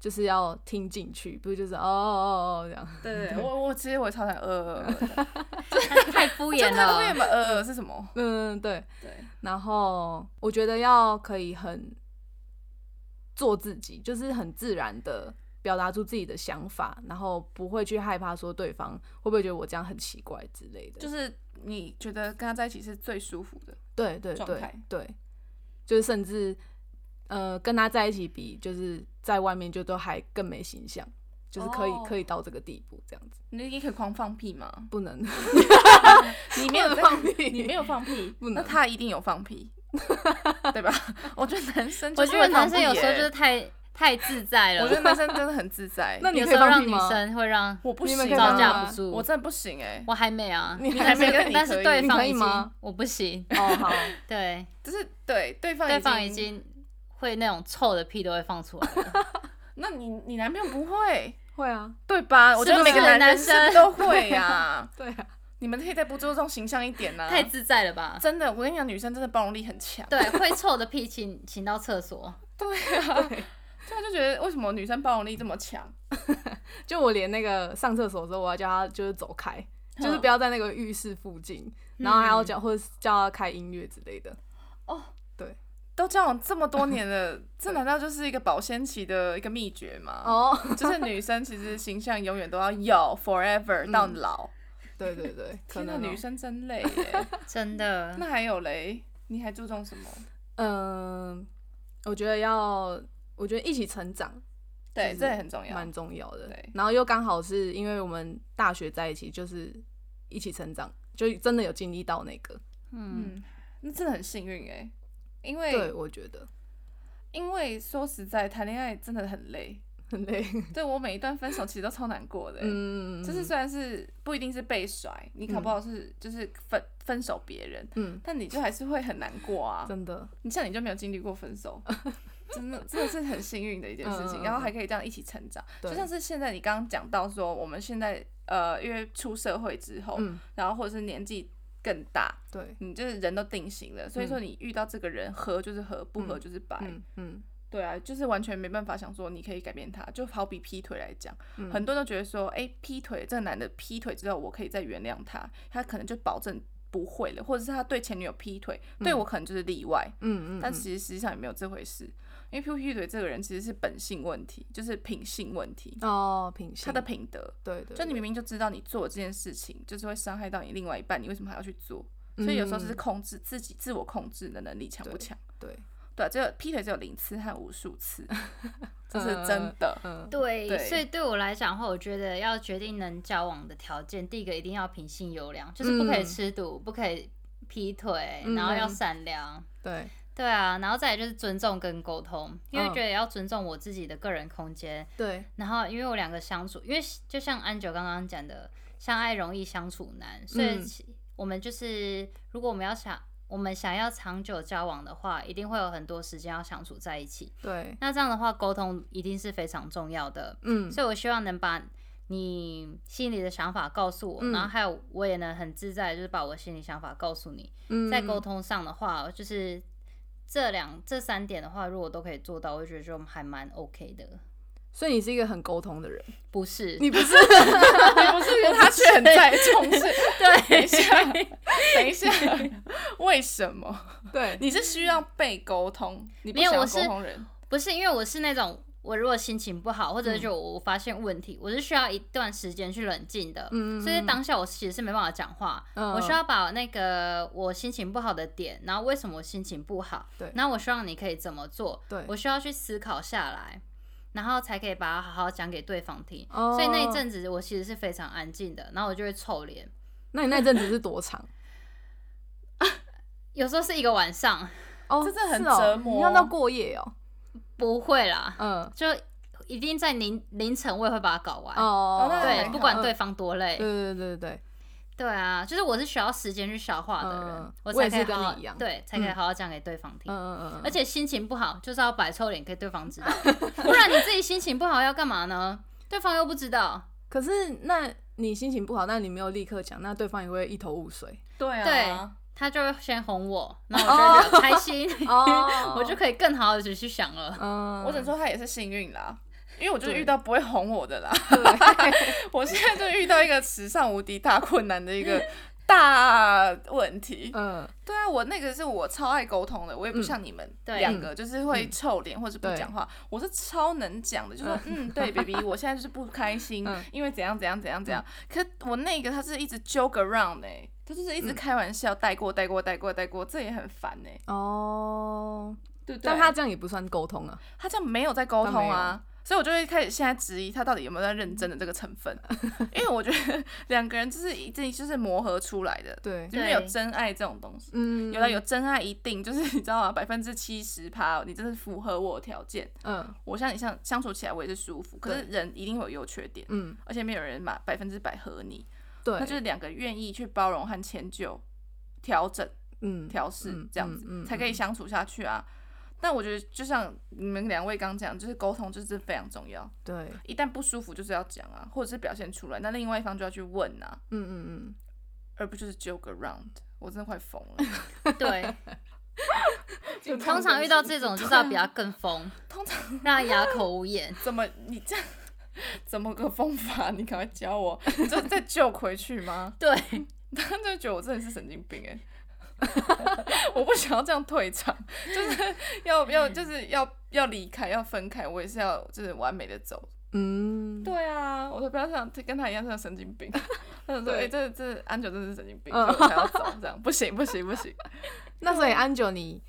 就是要听进去，不是就是哦哦哦这样，对我我其实我超想呃， 太敷就衍他后面了。嘛呃是什么？嗯对，对，然后我觉得要可以很做自己，就是很自然的表达出自己的想法，然后不会去害怕说对方会不会觉得我这样很奇怪之类的，就是你觉得跟他在一起是最舒服的，对对状对态对，就是甚至呃跟他在一起比，就是在外面就都还更没形象，就是可以、哦可以到这个地步这样子，你你可以狂放屁吗？不能你没有在放 屁你没有放屁，不能那他一定有放 屁，对吧？我觉得男生就我是觉会得男放生屁有时候耶就是太太自在了，我觉得男生真的很自在。那你有可时以候放让屁女吗生会让我不你行们啊，可以招放架吗不住。我真的不行哎、我还没啊，你还没但是你但可是以对你方可已以经吗我不行，哦 好，对，就是对对方对方已经会那种臭的屁都会放出来了。那你你男朋友不会会啊，对吧？我觉得是不每是个男男是生都会呀、对啊， 你们可以再不注重形象一点呢、太自在了吧？真的，我跟你讲，女生真的包容力很强。对，会臭的屁请请到厕所。对啊，对啊，就觉得为什么女生包容力这么强？就我连那个上厕所的时候，我要叫他就是走开，就是不要在那个浴室附近，嗯然后还要叫或者是叫他开音乐之类的。都交往这么多年了，这难道就是一个保鲜期的一个秘诀吗？哦， 就是女生其实形象永远都要有 forever 到老。对对对，可天哪，能女哦生真累耶。真的，那还有嘞，你还注重什么？嗯，我觉得要，我觉得一起成长对，就是这也很重要。嗯蛮重要的。对然后又刚好是因为我们大学在一起，就是一起成长，就真的有经历到那个。嗯，嗯，那真的很幸运哎，因对，为我觉得因为说实在，谈恋爱真的很累。很累。对我每一段分手其实都超难过的欸，嗯，就是虽然是不一定是被甩，你搞不好是就是分分手别人，嗯，但你就还是会很难过啊。真的，你像你就没有经历过 分手，真的真的是很幸运的一件事嗯情，嗯嗯然后还可以这样一起成长，对就像是现在你刚刚讲到说，我们现在呃，因为出社会之后，嗯，然后或者是年纪更大，对，你就是人都定型了，所以说你遇到这个人合就是合，不合就是白，嗯嗯，对啊，就是完全没办法想说你可以改变他，就好比劈腿来讲，嗯很多人都觉得说，哎、劈腿这个男的劈腿之后，我可以再原谅他，他可能就保证不会了，或者是他对前女友劈腿，对我可能就是例外，嗯嗯，嗯但其实实际上也没有这回事，因为劈劈腿这个人其实是本性问题，就是品性问题，哦，品他性的品德，对对，就你对明明就知道你做这件事情就是会伤害到你另外一半，你为什么还要去做？所以有时候就是嗯控制自己、自我控制的能力强对不强。对，对啊，只有劈腿只有零次和无数次，这是嗯真 的。嗯，对，对所以对我来讲的话，我觉得要决定能交往的条件，第一个一定要品性优良，就是不可以嗯吃毒，不可以劈腿，嗯然后要嗯善良。对，对啊，然后再来就是尊重跟沟通，因为嗯觉得要尊重我自己的个人空间，对，然后因为我两个相处，因为就像安九刚刚讲的，相爱容易相处难，所以嗯其我们就是如果我们要想我们想要长久交往的话，一定会有很多时间要相处在一起。对，那这样的话，沟通一定是非常重要的。嗯，所以我希望能把你心里的想法告诉我，嗯然后还有我也能很自在，就是把我心里想法告诉你。嗯在沟通上的话，就是这两这三点的话，如果都可以做到，我就觉得就还蛮 OK 的。所以你是一个很沟通的人，不是，你不是 你不是 他却很在重 视。等一下，等一下，为什么？对，你是需要被沟通，你不没有想要我是沟通人。不是因为我是那种，我如果心情不好，或嗯者就我发现问题，我是需要一段时间去冷静的。嗯所以当下我其实是没办法讲话，嗯我需要把那个我心情不好的点，然后为什么我心情不好，对然后我希望你可以怎么做，对我需要去思考下来，然后才可以把它好好讲给对方听。哦所以那一阵子我其实是非常安静的，然后我就会臭脸，那你那阵子是多长？有时候是一个晚上，哦，这真的很是哦折磨你要到过夜哦。不会啦，嗯，就一定在凌凌晨我也会把它搞完。哦，那还对，好不管对嗯方多累，对对对对对，对啊，就是我是需要时间去消化的人，嗯我我也才可以是跟好好你一样对，才可以嗯好好讲给对方听。嗯嗯嗯嗯，而且心情不好就是要摆臭脸给对方知 道，不然你自己心情不好要干嘛呢？对方又不知道，可是那你心情不好，那你没有立刻讲，那对方也会一头雾水。对啊对，他就会先哄我，然后我就会开心， 哦我就可以更好的去想 了。嗯，我只能说他也是幸运啦，因为我就是对遇到不会哄我的啦。我现在就遇到一个时尚无敌大困难的一个大问题。嗯，对啊，我那个是我超爱沟通的，我也不像你们对两个就是会臭脸或者不对讲话，我是超能讲的，就说嗯，对，baby，我现在就是不开心嗯，因为怎样怎样怎样怎样。可我那个他是一直 joke around 哎、欸他就是一直开玩笑带过带过带过带过，这也很烦哎、哦，对不对？但他这样也不算沟通啊。他这样没有在沟通啊，所以我就会开始现在质疑他到底有没有在认真的这个 成分，因为我觉得两个人就是一定就是磨合出来的，对，就是有真爱这种东西。嗯，有了有真爱一定就是你知道吗？百分之七十趴，你真的符合我的条件，嗯我像你相相处起来我也是舒服。可是人一定会有优缺点，嗯，而且没有人嘛百分之百合你，对，那就是两个愿意去包容和迁就、调整、嗯调试嗯这样子，嗯嗯才可以相处下去啊。但我觉得，就像你们两位刚讲，就是沟通就是非常重要。对，一旦不舒服，就是要讲啊，或者是表现出来，那另外一方就要去问啊，嗯嗯嗯，而不就是 joke around。我真的快疯了。哦对，就通常遇到这种就是要比他更疯，通常让他哑口无言。怎么你这样？怎么个疯法？你赶快教我，你就再救回去吗？ 对，嗯他就觉得我真的是神经病哎、 我不想要这样退场，就是要要就是要要离开，要分开，我也是要就是完美的走。嗯，对啊，我说不要像跟他一样像神经 病。他想说，哎、对这这安九真的是神经病，所嗯以我才要走，这样不行不行不行。那所以啊安久，你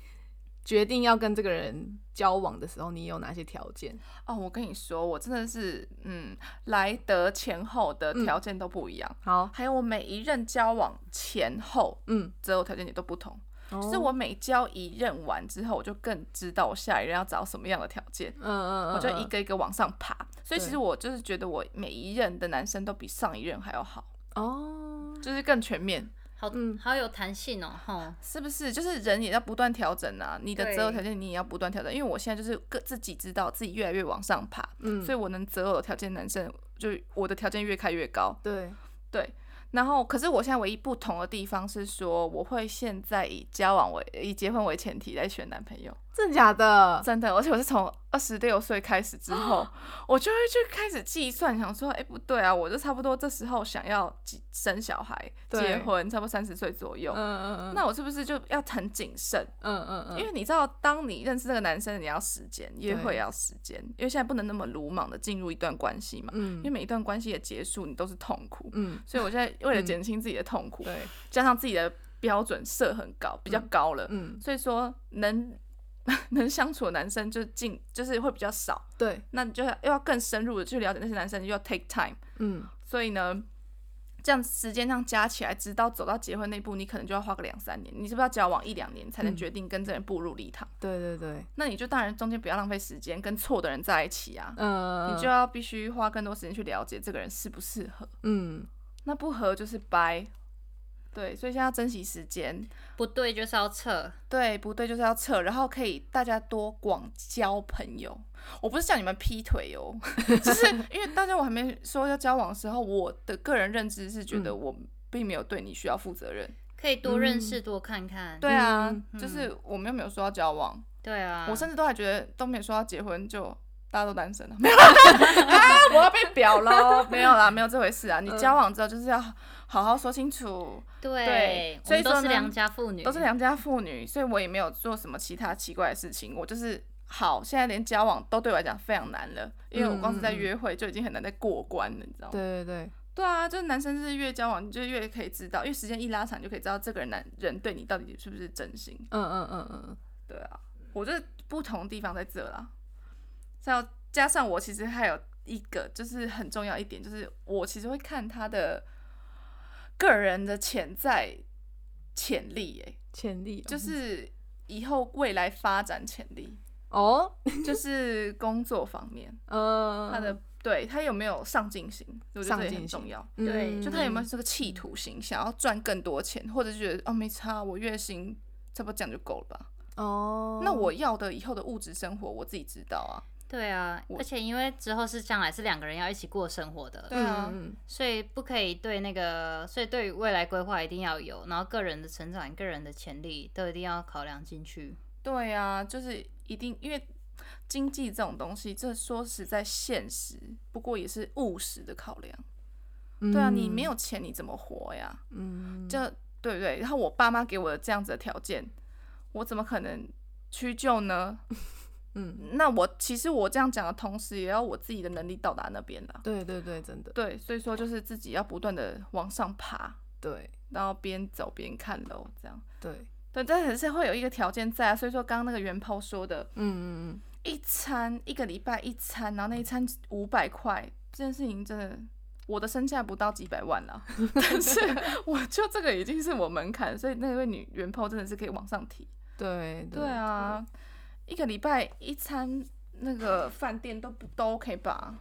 决定要跟这个人交往的时候，你有哪些条件？哦，我跟你说，我真的是嗯，来得前后的条件都不一样，好，嗯还有我每一任交往前后嗯，哦择偶条件也都不同。就是是我，每交一任完之后，我就更知道我下一任要找什么样的条件，嗯嗯，我就嗯一个一个往上爬。所以其对实我就是觉得我每一任的男生都比上一任还要好，哦，就是更全面，好嗯好有弹性哦，吼，是不是？就是人也要不断调整啊，你的择偶对条件你也要不断调整，因为我现在就是个自己知道自己越来越往上爬，嗯，所以以我能择偶的条件男生就我的条件越开越高，对，对。然后，可是我现在唯一不同的地方是说，我会现在以交往为以结婚为前提来选男朋友。真的假的？真的，而且我是从二十六岁开始之后，哦我就会去开始计算，想说，哎、不对啊，我就差不多这时候想要结生小孩、对结婚，差不多三十岁左右。嗯嗯嗯，那我是不是就要很谨慎？嗯嗯嗯，因为你知道，当你认识这个男生，你要时间，约对会也要时间，因为现在不能那么鲁莽的进入一段关系嘛。嗯因为每一段关系的结束，你都是痛苦，嗯所以我现在为了减轻自己的痛苦，对，加上自己的标准设很高，比较高了，嗯所以说能 能相处的男生就进就是会比较少，对，那你就要要更深入的去了解那些男生，就要 take time。嗯所以呢，这样时间上加起来，直到走到结婚那一步，你可能就要花个两三年，你是不是要交往一两年才能嗯决定跟这人步入礼堂？对对对，那你就当然中间不要浪费时间跟错的人在一起啊，嗯，你就要必须花更多时间去了解这个人适不适合，嗯那不合就是掰。对，所以现在要珍惜时间，不对就是要撤，对，不对就是要撤，然后可以大家多广交朋友。我不是叫你们劈腿哦，就是因为大家我还没说要交往的时候，我的个人认知是觉得嗯我并没有对你需要负责任。可以多认识多看看。对啊，嗯就是我们又没有说要交往，对啊，我甚至都还觉得都没有说要结婚就。大家都单身了，没 有啦、啊，我要被表喽，没有啦，没有这回事啊。你交往之后就是要好好说清楚，嗯对对，我所以们说都是呢良家妇女，都是良家妇女，所以我也没有做什么其他奇怪的事情。我就是好，现在连交往都对我来讲非常难了，因为我光是在约会就已经很难再过关了，你知道吗？对对对，对啊，就是男生就是越交往你就越可以知道，因为时间一拉长，你就可以知道这个人男人对你到底是不是真心。嗯嗯嗯嗯，对啊，我觉得不同地方在这啦。再加上我其实还有一个就是很重要一点，就是我其实会看他的个人的潜在潜力、欸，潜力就是以后未来发展潜 力，哦，就是工作方面，嗯，他的对他有没有上进心，我觉得这也上很进心重要。对就他嗯有没有这个企图心，想要赚更多钱，或者是觉得哦没差，我月薪差不多这样就够了吧？哦，那我要的以后的物质生活我自己知道啊。对啊，我而且因为之后是将来是两个人要一起过生活的，对啊，嗯所以不可以对那个，所以对于未来规划一定要有，然后个人的成长、个人的潜力都一定要考量 进去。对啊，就是一定因为。经济这种东西，这说实在现实，不过也是务实的考量。嗯，对啊，你没有钱你怎么活呀？嗯，就对不对？然后我爸妈给我的这样子的条件，我怎么可能屈就呢？ 嗯，那我其实我这样讲的同时，也要我自己的能力到达那边啦。对对对，真的对，所以说就是自己要不断的往上爬，对然后边走边看喽，这样。对，对，但还是会有一个条件在啊。所以说，刚刚那个元抛说的，嗯嗯一餐一个礼拜一餐，然后那一餐五百块，这件事情真的，我的身价不到几百万了， 但是我就这个已经是我门槛，所以那位女元抛真的是可以往上提。嗯，对对，啊，一个礼拜一餐那个饭店都不都 OK 吧？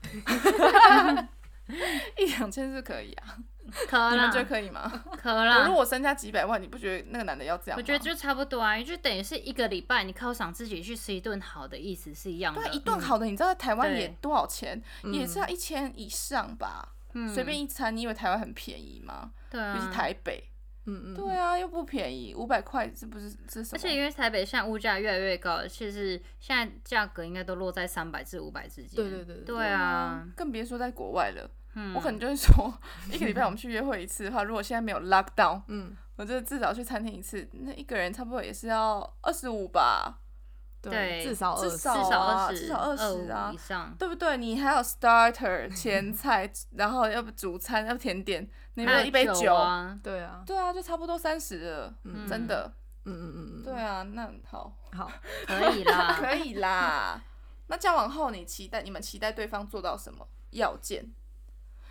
一两千是可以啊，可你们啦觉，得可以吗？可我啦如。果身家几百万，你不觉得那个男的要这样吗？我觉得就差不多啊，就等于是一个礼拜你犒赏自己去吃一顿好的意思是一样的。对啊一顿好的，你知道台湾也嗯对多少钱？也是要嗯一千以上吧。嗯随便一餐，你以为台湾很便宜吗？对尤啊，其台北，嗯嗯，对啊，又不便宜，五百块，这不是这是什么？而且因为台北现在物价越来越高，其实现在价格应该都落在三百至五百之间。对对对对对啊，嗯更别说在国外了。嗯，我可能就会说， 一个礼拜我们去约会一次的话，如果现在没有 lockdown，嗯，我就至少去餐厅一次，那一个人差不多也是要二十五吧，对至少至20少至少啊二十，至少20啊25以上，对不对？你还有 starter 前菜，然后要不主餐，要不甜点，你还有有一杯酒啊，对啊，对啊，就差不多三十了，嗯真的。嗯嗯嗯嗯，对啊，那 好，好，可 以啦。可以啦。 那交往后，你期待你们期待对方做到什么要件？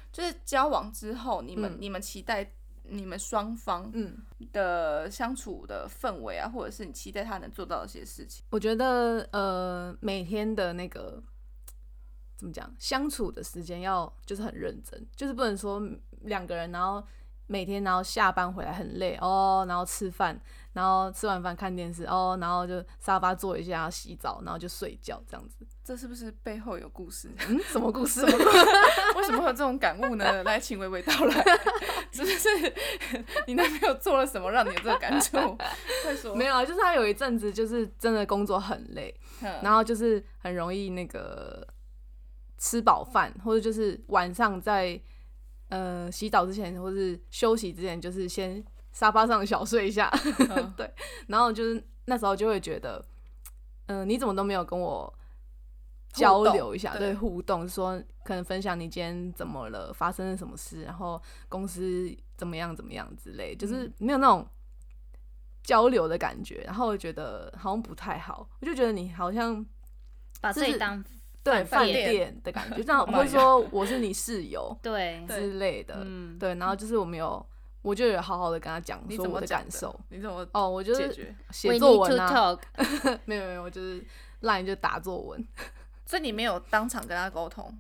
就是交往之后，你们、嗯你们期待你们双方嗯，的相处的氛围啊，或者是你期待他能做到一些事情。我觉得呃，每天的那个怎么讲，相处的时间要就是很认真，就是不能说两个人然后每天然后下班回来很累哦，然后吃饭，然后吃完饭看电视哦，然后就沙发坐一下洗澡，然后就睡觉这样子。这是不是背后有 故事？嗯，什么故事？为什么会有这种感悟呢？来，请娓娓道来，是不是你男朋友做了什么让你有这个感 触？快说。没有啊，就是他有一阵子就是真的工作很累，嗯然后就是很容易那个吃饱饭，或者就是晚上在呃洗澡之前，或是休息之前，就是先沙发上小睡一下。嗯 对，然后就是那时候就会觉得，嗯、你怎么都没有跟我交流一下，互动对嗯对互动，说可能分享你今天怎么了，发生了什么事，然后公司怎么样怎么样之类，嗯就是没有那种交流的感觉，然后我觉得好像不太好，我就觉得你好像把自就己是当对饭饭店店的 感觉，这样 Oh my 或者说我是你室友对，对之类的，嗯，对，然后就是我没有，我就有好好的跟他讲你说怎我么的讲感的受。？你怎么哦，我就解是决？写作 We 文 need 啊 to，talk，没有没有，我就是烂就打作文，所以你没有当场跟他沟通，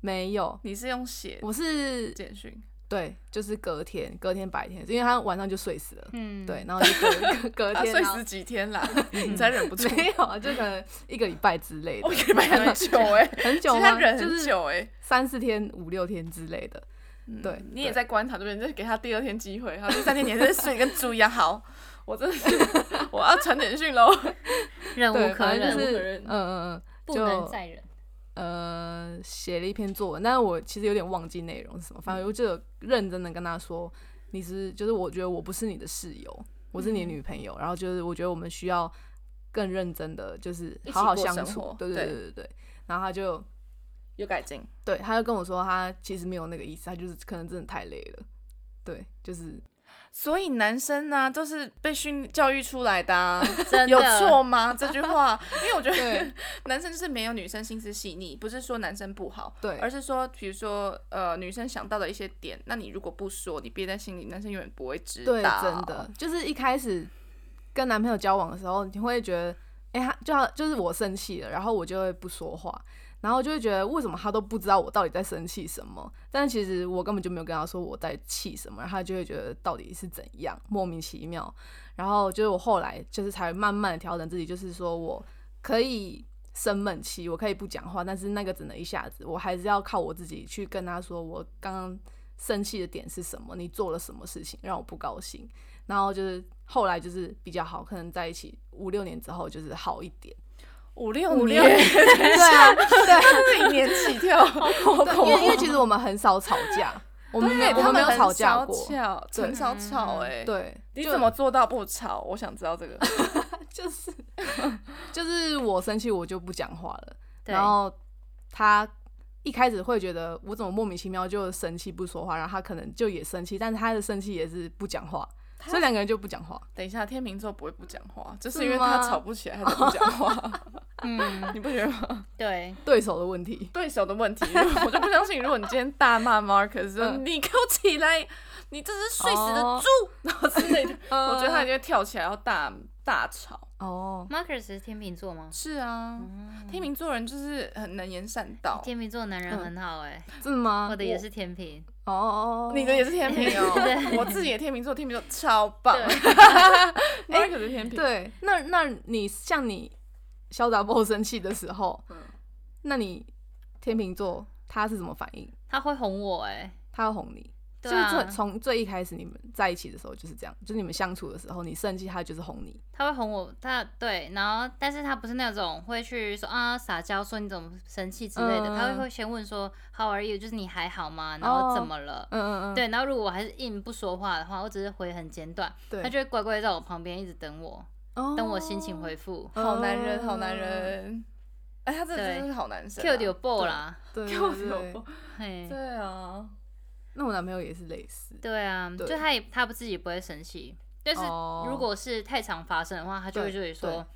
没有，你是用写我是简讯。对，就是隔天隔天白天，因为他晚上就睡死了，嗯，对，，然后就隔 隔隔他天啊睡然后 嗯死几天啦？ 你才忍不住？没有啊，就可能一个礼拜之类的我，给你买很久哎，很其 久实他吗？忍就很是久哎。三四天、五六天之类的，嗯对你也对在观察对不对？你就给他第二天机会，然后第三天你还是睡得跟猪一样。好，我真的是我要传 简讯喽。忍对，无可反正忍，就忍是无可忍嗯嗯嗯，不能就再 忍。呃写了一篇作文，但是我其实有点忘记内容是什么，反正我就有认真的跟他说，你是就是我觉得我不是你的室友，我是你的女朋嗯友，然后就是我觉得我们需要更认真的就是一起好好过相生处活，对对对对对对，然后他就有改进，对他就跟我说他其实没有那个意思，他就是可能真的太累了，对，就是所以男生呢、都是被训教育出来的、啊，真的有错吗？这句话，因为我觉得对男生就是没有女生心思细腻，不是说男生不好，对而是说，比如说，呃，女生想到的一些点，那你如果不说，你憋在心里，男生永远不会知道。对，真的，就是一开始跟男朋友交往的时候，你会觉得，哎、他就他就是我生气了，然后我就会不说话，然后就会觉得为什么他都不知道我到底在生气什么？但其实我根本就没有跟他说我在气什么，然后他就会觉得到底是怎样，莫名其妙。然后就是我后来就是才慢慢的调整自己，就是说我可以。生闷气，我可以不讲话，但是那个只能一下子，我还是要靠我自己去跟他说，我刚刚生气的点是什么，你做了什么事情让我不高兴，然后就是后来就是比较好，可能在一起五六年之后就是好一点。五六五年六，对啊，对，自己年 起跳，好恐因为因为其实我们很少吵架，我们没有对啊我他们没有们很吵少架过，吵对很少吵哎、欸。，对，你就怎么做到不吵？我想知道这个。 就是 就是我生气我就不讲话了，对然后他。一开始会觉得我怎么莫名其妙就生气不说话，然后他可能就也生气，但是他的生气也是不讲话，所以两个人就不讲话。 等一下，天秤座不会不讲话，就是是因为他吗吵不起来，他就不讲话，嗯， 你不觉得吗？对，对手的问 题，对手的问题，我就不相信。如果你今天大骂 Marcus，说嗯你给我起来，你这只睡死的哦猪，然后之类的，呃我觉得他一定会跳起来要大大吵。哦， Marcus 是天秤座吗？是啊，天秤座人就是很能言善道。天秤座男人很好哎、真的吗？我的也是天秤，哦哦，哦你的也是天秤哦， 对我自己的天秤座，天秤座超棒。Marcus 是天秤，对。那那你像你肖达波生气的时候，嗯那你天秤座他是怎么反应？他会哄我哎、他要哄你，对就是啊从，从最一开始你们在一起的时候就是这样，就是你们相处的时候，你生气他就是哄你，他会哄我，他对，然后但是他不是那种会去说啊撒娇说你怎么生气之类的，嗯他会会先问说 How are you，就是你还好吗？然后哦怎么了？嗯嗯嗯，对，然后如果我还是硬不说话的话，我只是回很简短，对，他就会乖乖在我旁边一直等我，哦等我心情回复。好男嗯人，好男，人。哎，他真的就是好男生啊。哦 Q 丢 b 啦， 对对，Q 对流。嘿，对啊，那我男朋友也是类似，对啊，对就他也他不自己不会生气，但是哦如果是太常发生的话，他就会对就会说对，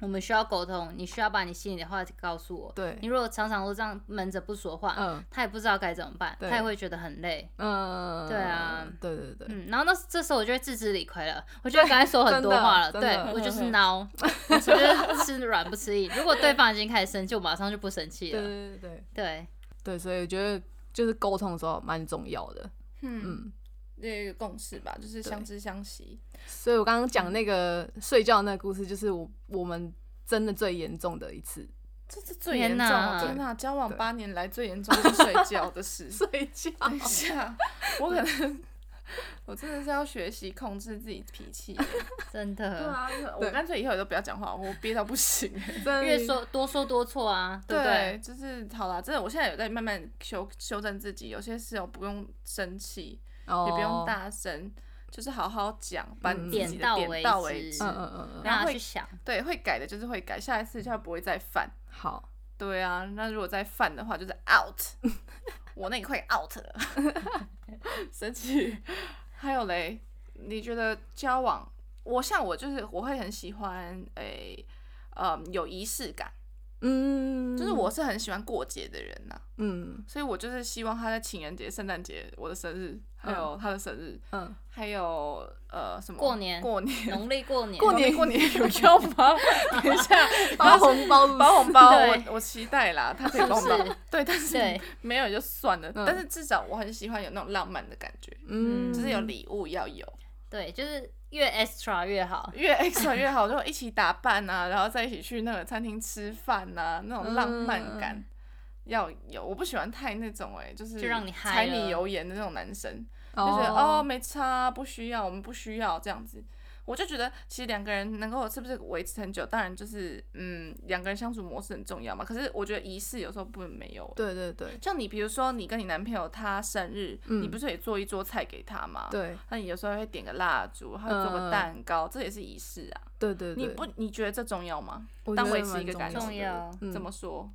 我们需要沟通，你需要把你心里的话告诉我。对你如果常常都这样闷着不说话，嗯他也不知道该怎么办，对他也会觉得很累。嗯，对啊对对对，嗯，然后那这时候我就会自知理亏了，我就会刚才说很多真的话了，真对的嗯我就是孬，我就是 吃软不吃硬。如果对方已经开始生气，我马上就不生气对了。对对对对，对，所以我觉得就是沟通的时候蛮重要的，嗯，嗯，那个共识吧，就是相知相惜。所以我刚刚讲那个睡觉那个故事，就是我我们真的最严重的一次这是最严重天的，哪天哪！交往对。八年来最严重是睡觉的事 睡 觉，等一下，我可能哦啊 我真的是要学习控制自己脾气耶。真 对的，啊，我干脆以后也都不要讲话，我憋到不 行耶。真的越说多说多错啊，对不对？就是好啦，真的，我现在有在慢慢修修正自己，有些事哦不用生气，哦也不用，大声，就是好好讲，把你嗯自己点的到点为到止为嗯止。嗯嗯嗯，然后让他会去想，对，会改的就是会改，下一次就不会再犯。好，对啊，那如果再犯的话，就是 out，我 那个快 out 了， 生气。还有嘞，你觉得交往，我像我就是我会很喜欢诶、呃，有仪式感，嗯，就是我，是很喜欢过节的人呐、嗯所以我就是希望他在情人节、圣诞节、我的生日，还有他的生日，嗯，还有呃什么过年过年、农历过年，过年过年有用吗？等一下，包红包， 包红包，对我我期待啦， 他可以包红是不包是，对，但是 对没有也就算了，嗯但是至少我很喜欢有那种浪漫的感觉，嗯，就是有礼物要有，对，就是越 extra 越好。越 extra 越好，就一起打扮啊，然后在一起去那个餐厅吃饭啊，那种浪漫感。要有，我不喜欢太那种哎、就是就让你嗨柴米了油盐的那种男生，哦，就觉得哦没差，不需要，我们不需要这样子。我就觉得，其实两个人能够是不是维持很久，当然就是嗯，两个人相处模式很重要嘛。可是我觉得仪式有时候不能没有。对对对像你比如说，你跟你男朋友他生日，嗯你不是也做一桌菜给他吗？。对那你有时候会点个蜡烛，还有做个嗯蛋糕，这也是仪式啊。对对，你对不，你觉得这重要吗？我当觉维得持一蛮个感重情要嗯重的要人怎么说？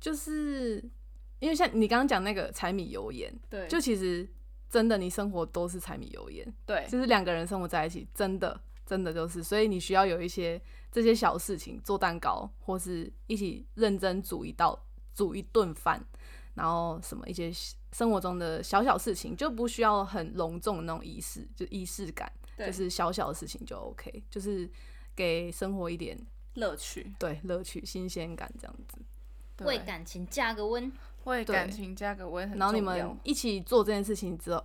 就是因为像你刚刚讲那个柴米油盐，对，就其实真的你生活都是柴米油盐，对，就是两个人生活在一起，真的真的就是，所以你需要有一些这些小事情，做蛋糕或是一起认真煮一道煮一顿饭，然后什么一些生活中的小小事情，就不需要很隆重的那种仪式，就仪式感，对就是小小的事情就 OK，就是给生活一点乐趣、对乐趣、新鲜感这样子。对为感情加个温，为对感情加个温，很然后你重们要一起做这件事情之后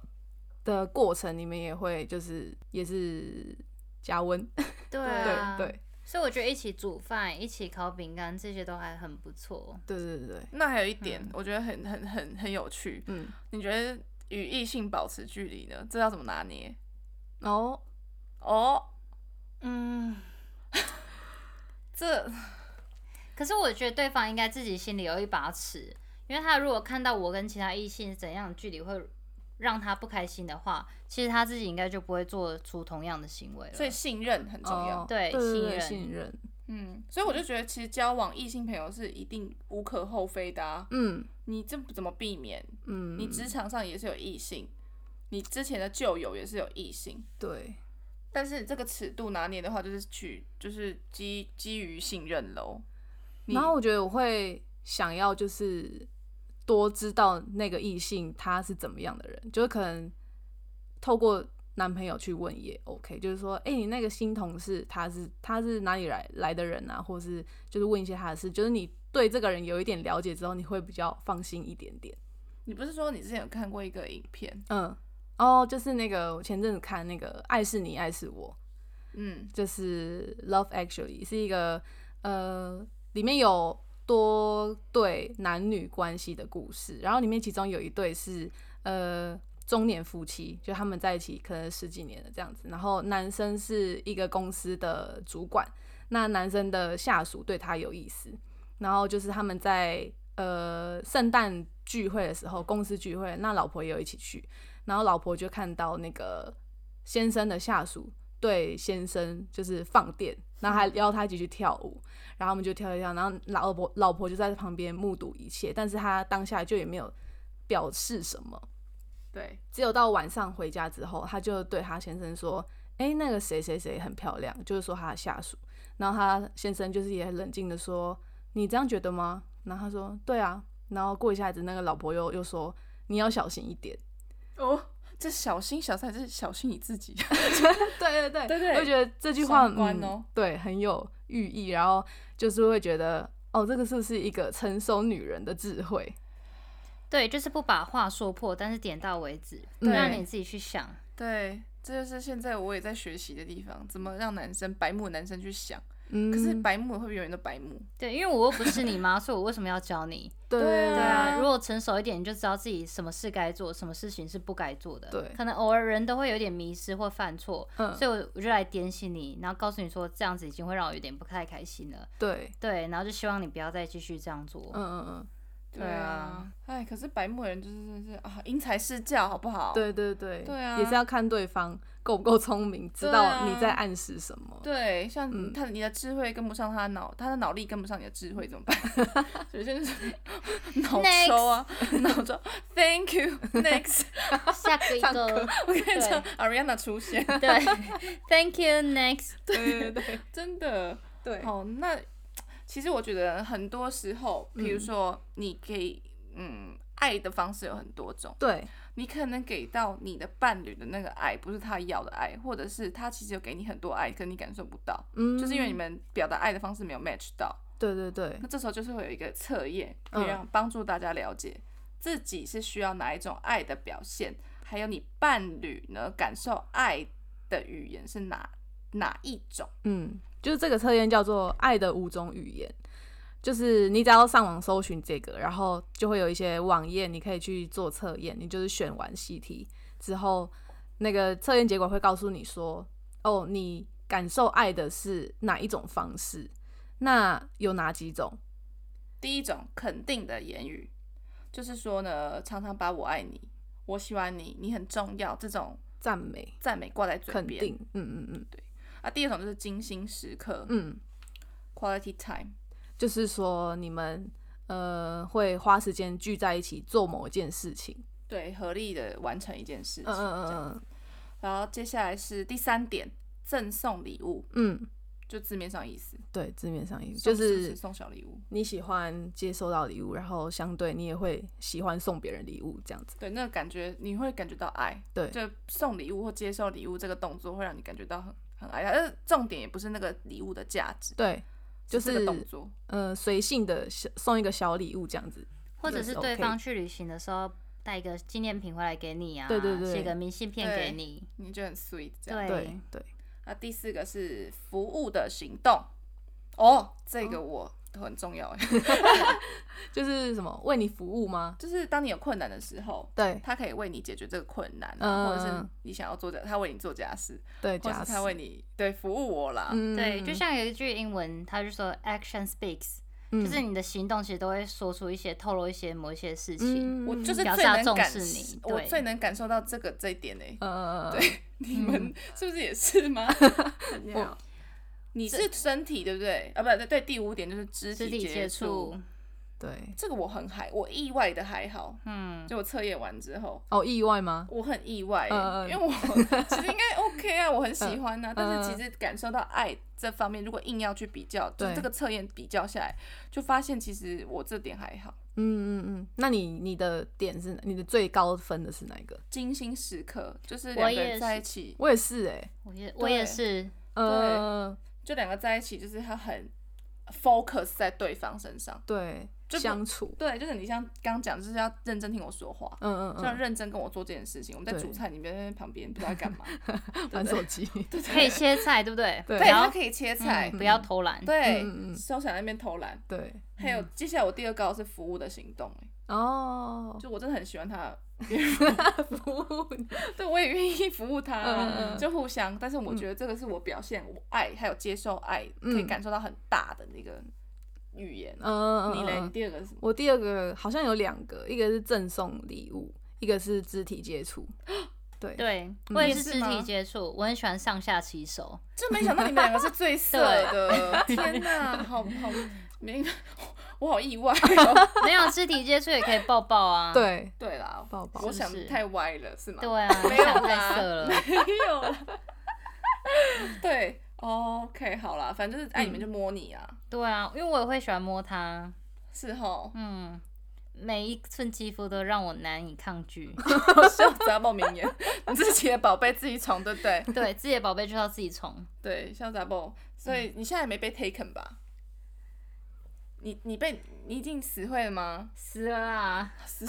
的过程，你们也会就是也是加温，对对啊，对。所以我觉得一起煮饭、一起烤饼干这些都还很不错。对对对对，那还有一点，我觉得很很很很有趣。嗯，你觉得与异性保持距离呢？这要怎么拿捏？哦，哦，嗯， 这可是我觉得对方应该自己心里有一把尺，因为他如果看到我跟其他异性怎样的距离会让他不开心的话，其实他自己应该就不会做出同样的行为了。所以信任很重要。哦对对信对对任信任，嗯，所以我就觉得其实交往异性朋友是一定无可厚非的、啊。嗯你这怎么避免？嗯，你职场上也是有异性，你之前的旧友也是有异性，对但是这个尺度拿捏的话，就是取就是基基于信任喽。你然后我觉得我会想要就是多知道那个异性他是怎么样的人，就是可能透过男朋友去问也 OK，就是说，哎、你那个新同事他是他是哪里来来的人啊，或是就是问一些他的事，就是你对这个人有一点了解之后，你会比较放心一点点。你不是说你之前有看过一个影片？嗯，哦，就是那个我前阵子看那个《爱是你，爱是我》，嗯，就是《Love Actually》是一个呃，里面有多对男女关系的故事，然后里面其中有一对是呃中年夫妻，就他们在一起可能十几年了这样子，然后男生是一个公司的主管，那男生的下属对他有意思，然后就是他们在呃圣诞聚会的时候，公司聚会，那老婆也有一起去，然后老婆就看到那个先生的下属对先生就是放电，然后还邀他一起去跳舞，然后我们就跳一跳，然后老婆老婆就在旁边目睹一切，但是她当下就也没有表示什么，对，只有到晚上回家之后，她就对她先生说：“哎、那个谁谁谁很漂亮，就是说她的下属。”然后她先生就是也很冷静的说：“你这样觉得吗？”然后她说：“对啊。”然后过一下子，那个老婆又又说：“你要小心一点。” 哦，这小心小三，这是小心你自己。对对 对，对对我觉得这句话双关嗯哦，对，很有寓意，然后就是会觉得哦，这个是不是一个成熟女人的智慧？对，就是不把话说破，但是点到为止，对让你自己去想。对，这就是现在我也在学习的地方，怎么让男生白目男生去想。嗯，可是白目会不会永远都白目？对，因为我又不是你妈，所以我为什么要教你？对对对啊啊，如果成熟一点，你就知道自己什么事该做，什么事情是不该做的。对可能偶尔人都会有点迷失或犯错，嗯所以我我就来点醒你，然后告诉你说这样子已经会让我有点不太开心了。对，对，然后就希望你不要再继续这样做。嗯嗯嗯，对啊，哎，可是白目的人就是真的是啊，因材施教，好不好？对对对，对啊也是要看对方够不够聪明，知对道啊你在暗示什么。对，像嗯他你的智慧跟不上他的脑，他的脑力跟不上你的智慧怎么办？ 首先就是脑抽啊，脑抽。Thank you. Next， 下个一上课个，我跟你讲对，Ariana 出现，对，Thank you next。 对对对真的。对，好，那其实我觉得很多时候，比如嗯说你可以，嗯，爱的方式有很多种。对你可能给到你的伴侣的那个爱，不是他要的爱，或者是他其实有给你很多爱，可你感受不到，嗯，就是因为你们表达爱的方式没有 match 到。对对对那这时候就是会有一个测验，可以嗯让帮助大家了解自己是需要哪一种爱的表现，还有你伴侣呢感受爱的语言是哪哪一种。嗯，就是这个测验叫做《爱的五种语言》，就是你只要上网搜寻这个，然后就会有一些网页你可以去做测验，你就是选完习题之后，那个测验结果会告诉你说，哦，你感受爱的是哪一种方式，那有哪几种？第一种肯定的言语，就是说呢，常常把我爱你、我喜欢你、你很重要这种赞美、赞美挂在嘴肯边。定，嗯嗯嗯啊，第二种就是精心时刻、嗯， q u a l i t y time。就是说你们呃会花时间聚在一起做某一件事情，对，合力的完成一件事情。嗯这样嗯然后接下来是第三点，赠送礼物，嗯嗯，就字面上意思，对，字面上意思就送是送小礼物。你喜欢接收到礼物，然后相对你也会喜欢送别人礼物，这样子。对，那个感觉你会感觉到爱，对就送礼物或接受礼物这个动作会让你感觉到很很爱，但是重点也不是那个礼物的价值，对，就这是个动作。呃随性的送一个小礼物这样子。或者也是是对 OK 方去旅行的时候带一个纪念品回来给你啊，对对对写个明信片对给你，你就很 sweet 这样。对对对，那第四个是服务的行动，哦，这个我很重要哎，就是什么为你服务吗？ 就是当你有困难的时候，对他可以为你解决这个困难啊、嗯或者是你想要做家，他为你做家事，对，或假是死他为你对服务我啦。嗯对，就像有一句英文，他就说 “action speaks”，、就是嗯你的行动其实都会说出一些、透露一些某一些事嗯情。我就是表最示他能重感视你受，我对最能感受到这个这一点呢、呃对你们是不是也是吗？我你是身体对不对？啊，不对，对，第五点就是肢肢体体接接触，对，这个我很还，我意外的还好。嗯，就我测验完之后，哦，意外吗？我很意外欸、嗯嗯 嗯因为我其实应该 OK 啊，我很喜欢啊。但是其实感受到爱这方面，如果硬要去比较，就是对这个测验比较下来，就发现其实我这点还好。嗯嗯嗯，那你你的点是哪你的最高分的是哪一个？精心时刻就是我两个也人在是一起，我也是哎、我也我也对是，呃，就两个在一起，就是他很 focus 在对方身上。对，就不相处，对，就是你像刚讲，就是要认真听我说话，嗯就嗯要嗯，认真跟我做这件事情。我们在对煮菜，你别在那边旁边不知道干嘛。玩手机， 对对 可以切菜，对不对？对不对，他要嗯可以切菜，不要偷懒。嗯嗯对嗯，嗯休想在那边偷懒。对，还嗯有，接下来我第二高是服务的行动，哎哦，就我真的很喜欢他， 服务，对我也愿意服务他嗯啊，嗯嗯就互相。但是我觉得这个是我表现我爱，还有接受爱，可嗯以感受到很大的那个语言。 嗯嗯你嗯嘞，你嗯，第二个是什么？我第二个好像有两个，一个是赠送礼物，一个是肢体接 触，对，啊对，我也你是是肢体吗接触，我很喜欢上下其手。就没想到你们两个是最色 的，天哪，好好没，我好意 外哦。 没有肢体接触也可以抱抱啊。对，对啦，抱抱我想是不是太歪了，是吗？对啊， 没有想啦太色了。 没有啦。对，OK，好哦啦，反正就是爱你们就摸你啊，对啊，因为我也会喜欢摸它，。是吼嗯，每一寸肌肤都让我难以 抗拒。秀杂报名言， 你自己的宝贝自己宠，对不对？对自己的宝贝就要自己宠。对，秀杂报。所以你现在没被 taken 吧？你你被你已经死会了 吗？死了啦，死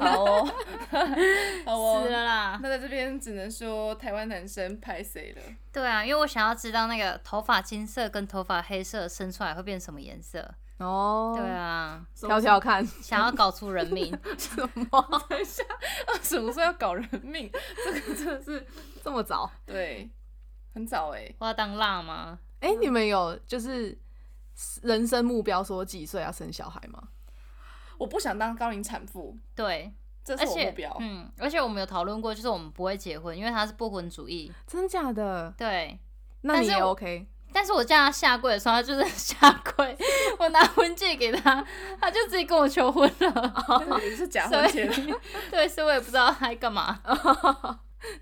好 哦，好哦，死了啦！那在这边只能说台湾男生拍谁了？对啊，因为我想要知道那个头发金色跟头发黑色生出来会变什么颜色。哦，对，啊，挑挑 看，想要搞出人命。什么等一下，二十五岁要搞人命，这个真的是这么 早？对，很早哎、我要当辣吗？哎、嗯你们有就是人生目标说几岁要生小孩吗？我不想当高龄产妇，对，这而是我且目标。嗯，而且我们有讨论过，就是我们不会结婚，因为他是不婚主义。真假的？对，那但你是也 我 OK？但是我叫他下跪的时候，他就是 下跪，我拿婚戒给他，他就直接跟我求婚了。但是你是假婚前，对， 所以我也不知道他在干嘛。哦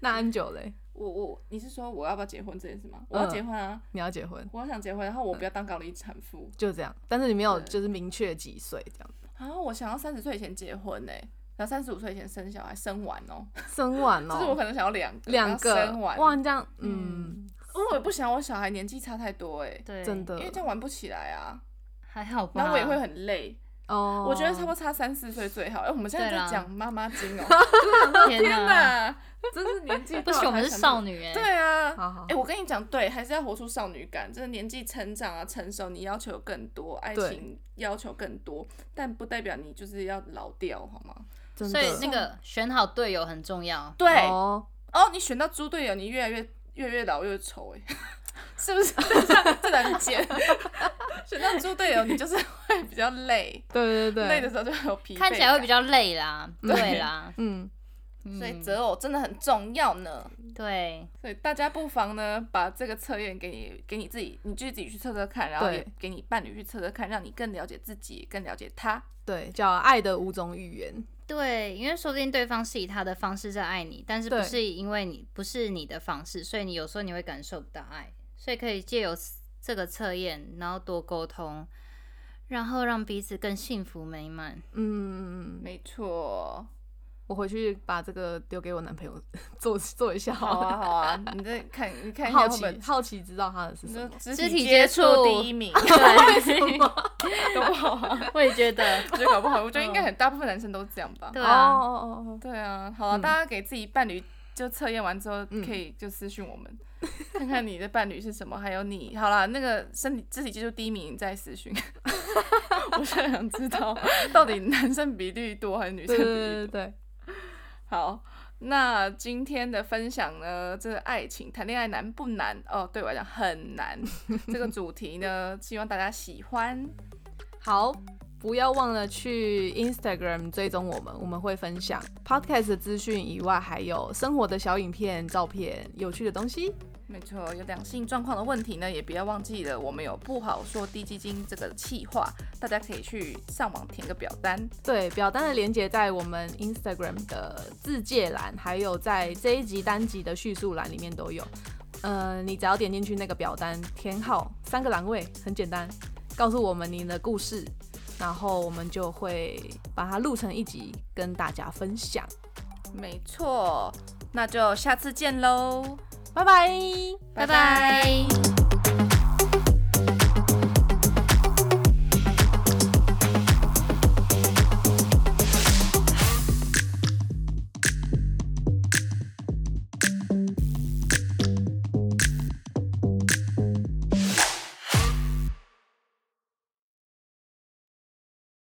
那安久嘞？我我你是说我要不要结婚这件事吗？我嗯要结婚啊，你要结婚？我想结婚，然后我不要当高龄产妇就这样，但是你没有对就是明确几岁这样，啊，我想要三十岁以前结婚呢、欸然后三十五岁以前生小孩，生完哦、生完就是我哦，可能想要两个，两然个后生完，哇，你这样嗯，因为我也不想我小孩年纪差太多哎、对，真的因为这样玩不起来啊，还好吧。然后我也会很累，哦，我觉得差不多差三四岁最好。哎、我们现在对啦在讲妈妈 经哦、天天哪，哪，真是年纪不行，我们是少。女哎。对啊，好好哎、我跟你讲，对，还是要活出少女感。真的年纪成长啊，成熟，你要求更多，爱对情要求更多，但不代表你就是要老掉，好吗？真所以的那个选好队友很重要。对，哦，哦，你选到猪队友，你越来越越来越老越丑、哎， 是不是？ 这难减。 选到猪队友，你就是会比较累，对对累对对，的时候就会有疲惫，看起来会比。较累啦，对啦，嗯，嗯所以择偶真的很重要呢，对所以大家不妨呢把这个测验给你给你自己，你就自己去测测看，然后对也给你伴侣去测测看，让你更了解自己，更了解他。对，叫爱的五种语言，对，因为说不定对方是以他的方式在爱你，但是不对是因为你不是你的方式，所以你有时候你会感受不到爱，所以可以借由这个测验，然后多沟通，然后让彼此更幸福 美满。嗯，没错，我回去把这个丢给我男朋友 做做一下好好了，啊好啊，你再看你看一下嗯好会不会奇好奇知道他的是你什说么，肢肢体体接触触第一 名， 对，搞不好啊，我也觉得，我觉得搞不好，我觉得应该很大部分男生都是这样吧。对哦啊，哦哦哦，对啊，好啊，大家给自己伴侣就测验完之后，可以就私讯我们，看看你的伴侣是什么，还有你好啦，那个身体肢体接触第一名再私讯。 我现在想知道到底男生比率多还是女生对比对例对对多。对，好，那今天的分享呢，这个爱情谈恋爱难不难？哦，对我来讲很难。这个主题呢，希望大家喜欢。好，不要忘了去 Instagram 追踪我们，我们会分享 podcast 的资讯以外，还有生活的小影片、照片、有趣的东西。没错，有两性状况的问题呢，也不要忘记了，我们有不好说低基金这个企划，大家可以去上网填个表单。对，表单的连接在我们 Instagram 的字界栏，还有在这一集单集的叙述栏里面都有。呃，你只要点进去那个表单，填好三个栏位，很简单，告诉我们您的故事，然后我们就会把它录成一集跟大家分享。没错，那就下次见喽，拜拜。拜拜